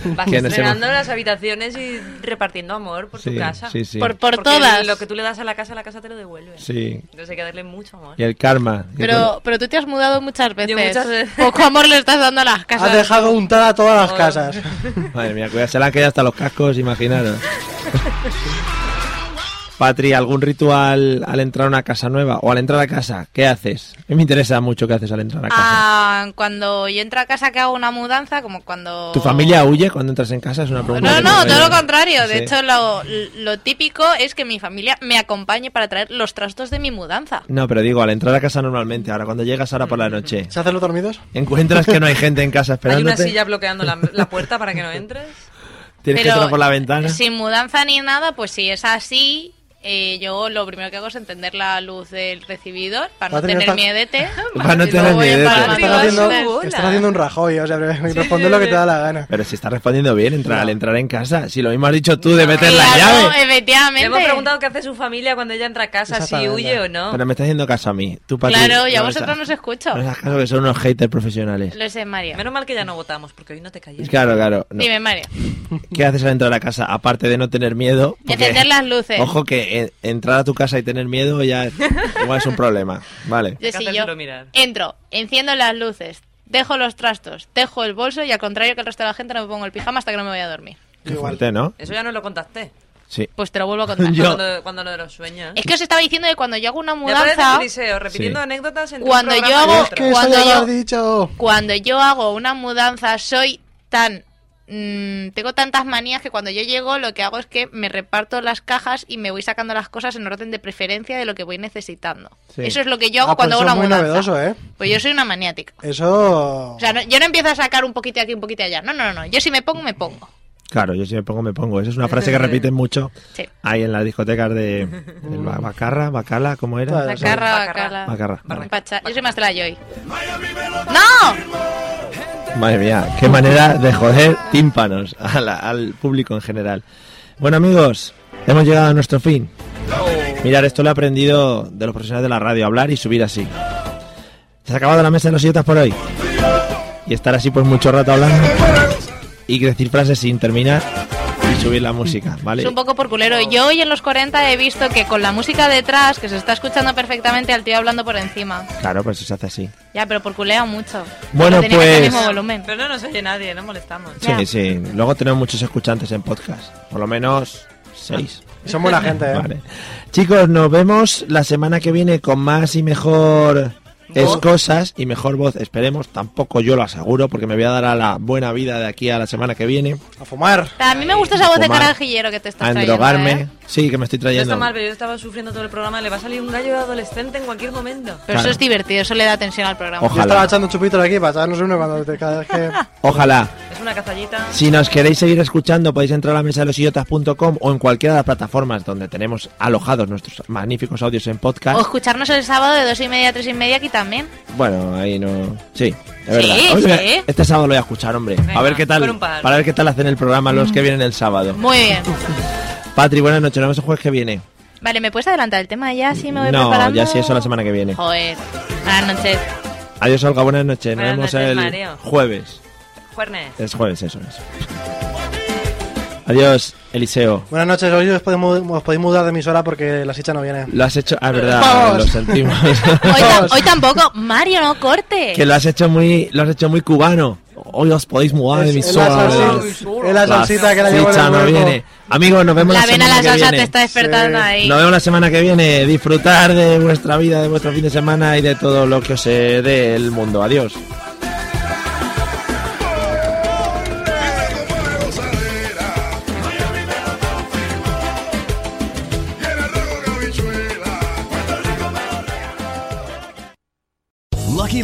C: vas
A: ¿Quién es
C: estrenando
A: el-
C: las habitaciones y repartiendo amor por
A: Sí,
C: tu casa.
A: sí, sí.
B: Por- por
C: Porque
B: todas.
C: Lo que tú le das a la casa, la casa te lo devuelve.
A: Sí.
C: Entonces hay que darle mucho amor.
A: Y el karma.
B: Pero, pero tú te has mudado muchas veces.
C: muchas veces.
B: Poco amor le estás dando a las casas.
A: Ah,
D: Has dejado untada todas las casas.
A: Madre mía, cuidado, se le han quedado hasta los cascos, imaginaros. Patri, ¿algún ritual al entrar a una casa nueva o al entrar a casa? ¿Qué haces? A mí me interesa mucho qué haces al entrar a casa.
B: Ah, cuando yo entro a casa que hago una mudanza, como cuando...
A: ¿Tu familia huye cuando entras en casa? Es una pregunta.
B: No,
A: que
B: no,
A: tengo
B: todo
A: yo.
B: lo contrario. De
A: Sí.
B: hecho, lo, lo típico es que mi familia me acompañe para traer los trastos de mi mudanza.
A: No, pero digo, al entrar a casa normalmente, ahora cuando llegas ahora por la noche,
D: ¿Se hacen los dormidos?
A: encuentras que no hay gente en casa
C: Hay una
A: esperándote,
C: silla bloqueando la, la puerta para que no entres.
A: tienes que
B: Pero
A: entrar por la ventana.
B: Sin mudanza ni nada, pues si es así, eh, yo lo primero que hago es entender la luz del recibidor para no
D: Patri, no
B: tener
D: estás-
B: miedete.
A: Para no
B: Y
A: tener
B: luego voy
A: miedete.
B: apagando
D: Estás
B: las
D: haciendo,
B: luces.
D: estás haciendo un rajoy, o sea, responde lo que te da la gana.
A: Pero si estás respondiendo bien entrar, al entrar en casa, si lo mismo has dicho tú de meter la
B: Claro, eh,
A: llave.
C: Le
B: efectivamente.
C: hemos preguido qué hace su familia cuando ella entra a casa, si
A: Exactamente.
C: huye o no.
A: Pero me estás haciendo caso a mí. Tú, Patri,
B: Claro, yo a
A: no
B: vosotros
A: estás-
B: no os escucho.
A: No hagas caso que son unos haters profesionales.
B: Lo sé, María.
C: Menos mal que ya no votamos, porque hoy no te calles.
A: Claro, claro. no.
B: Dime, María.
A: ¿Qué haces al entrar a la casa? Aparte de no tener miedo. porque-
B: Encender las luces.
A: Ojo que en- entrar a tu casa y tener miedo ya es- igual es un problema. Vale.
B: Yo
C: que
B: sí,
C: hacérselo
B: yo
C: mirar.
B: entro, enciendo las luces, dejo los trastos, dejo el bolso y al contrario que el resto de la gente no me pongo el pijama hasta que no me voy a dormir.
A: Qué fuerte, ¿no?
C: Eso ya no lo contaste.
A: Sí.
B: Pues te lo vuelvo a contar.
A: Yo-
C: Cuando, cuando lo de los sueños.
B: Es que os estaba diciendo que cuando yo hago una
C: Ya parece
B: mudanza,
C: Eliseo, repitiendo anécdotas entre
B: Cuando
C: un
B: yo
C: programa y
B: hago-
D: Es que
C: otro.
D: eso
B: Cuando
D: ya lo
B: yo-
D: has dicho.
B: cuando yo hago una mudanza soy tan mm, tengo tantas manías que cuando yo llego lo que hago es que me reparto las cajas y me voy sacando las cosas en orden de preferencia de lo que voy necesitando.
D: Sí.
B: Eso es lo que yo hago
D: Ah, pues
B: cuando hago
D: eso
B: una
D: es muy
B: mudanza.
D: novedoso, ¿eh?
B: Pues yo soy una maniática.
D: Eso...
B: O sea, no- yo no empiezo a sacar un poquito aquí, un poquito allá. No, no, no. Yo si me pongo, me pongo.
A: Claro, yo si me pongo, me pongo. Esa es una frase que repiten mucho
B: Sí.
A: ahí en las discotecas de el ba- Bacarra, Bacala, ¿cómo era?
B: Bacarra, bacala.
A: Bacarra, vale.
B: Pacha. Yo soy más de la Joy. ¡No!
A: Madre mía, qué manera de joder tímpanos a la- al público en general. Bueno amigos, hemos llegado a nuestro fin. Mirar, esto lo he aprendido de los profesionales de la radio, hablar y subir así. Se ha acabado la mesa de los idiotas por hoy. Y estar así pues mucho rato hablando. Y decir frases sin terminar y subir la música, ¿vale?
B: Es un poco por culero. Yo hoy en los 40 he visto que con la música detrás, que se está escuchando perfectamente al tío hablando por encima.
A: Claro, pues se hace así.
B: Ya, pero por culeo mucho.
A: Bueno,
B: No tenía que ser el
A: pues-
B: mismo volumen.
C: Pero no nos oye nadie, no molestamos.
A: Sí, sí. Luego tenemos muchos escuchantes en podcast. Por lo menos seis.
D: Son buena gente, ¿eh?
A: Vale. Chicos, nos vemos la semana que viene con más y mejor es cosas y mejor voz. Esperemos, tampoco yo lo aseguro, porque me voy a dar a la buena vida de aquí a la semana que viene.
D: A fumar.
B: A mí me gusta esa voz de
A: Fumar.
B: carajillero que te estás
A: A
B: trayendo.
A: endrogarme.
B: ¿eh?
A: Sí, que me estoy
C: No
A: trayendo.
C: está mal, pero yo estaba sufriendo todo el programa. Le va a salir un gallo adolescente en cualquier momento.
B: Pero eso es divertido, eso le da tensión al programa.
D: Yo estaba
A: Ojalá.
D: echando chupitos aquí para echarnos uno cuando te, cada vez que...
A: Ojalá.
C: Es una cazallita.
A: Si nos queréis seguir escuchando, podéis entrar a la mesa de los idiotas.com o en cualquiera de las plataformas donde tenemos alojados nuestros magníficos audios en podcast.
B: O escucharnos el sábado de dos y media a tres y media aquí también.
A: Bueno, ahí no. Sí,
B: Sí,
A: es verdad. Hoy voy a-
B: sí.
A: Este sábado lo voy a escuchar, hombre. a
B: Venga,
A: ver qué
B: con
A: tal.
B: un par.
A: Para ver qué tal hacen el programa los que vienen el sábado.
B: Muy bien.
A: Patri, buenas noches. Nos vemos el jueves que viene.
B: Vale, ¿me puedes adelantar el tema ya? Sí, me voy
A: no,
B: preparando.
A: ya sí, eso la semana que viene.
B: Joder. Buenas noches.
A: Adiós, Olga. Buenas noches.
C: Buenas
A: Nos vemos
C: noches,
A: el
C: Mario.
A: jueves.
C: Juernes.
A: Es jueves, eso es. Adiós, Eliseo.
D: Buenas noches, hoy os podéis, mu- os podéis mudar de emisora porque la sicha no viene.
A: Lo has hecho. Ah, es verdad.
D: Vamos.
A: Lo sentimos.
B: Hoy, ta- hoy tampoco. Mario, no corte.
A: que lo has hecho muy, lo has hecho muy cubano. Hoy os podéis mudar de
D: Es-
A: mi
D: es la
A: sola.
D: salsi- es la salsita que la llevo en el
A: salsicha no
D: cuerpo.
A: viene. Amigos, nos vemos
B: La
A: la
B: vena
A: semana
B: a la
A: que
B: salsa
A: viene.
B: te está despertando ahí.
A: Nos vemos la semana que viene. Disfrutar de vuestra vida, de vuestro fin de semana y de todo lo que os eh, dé el mundo. Adiós.
L: Lucky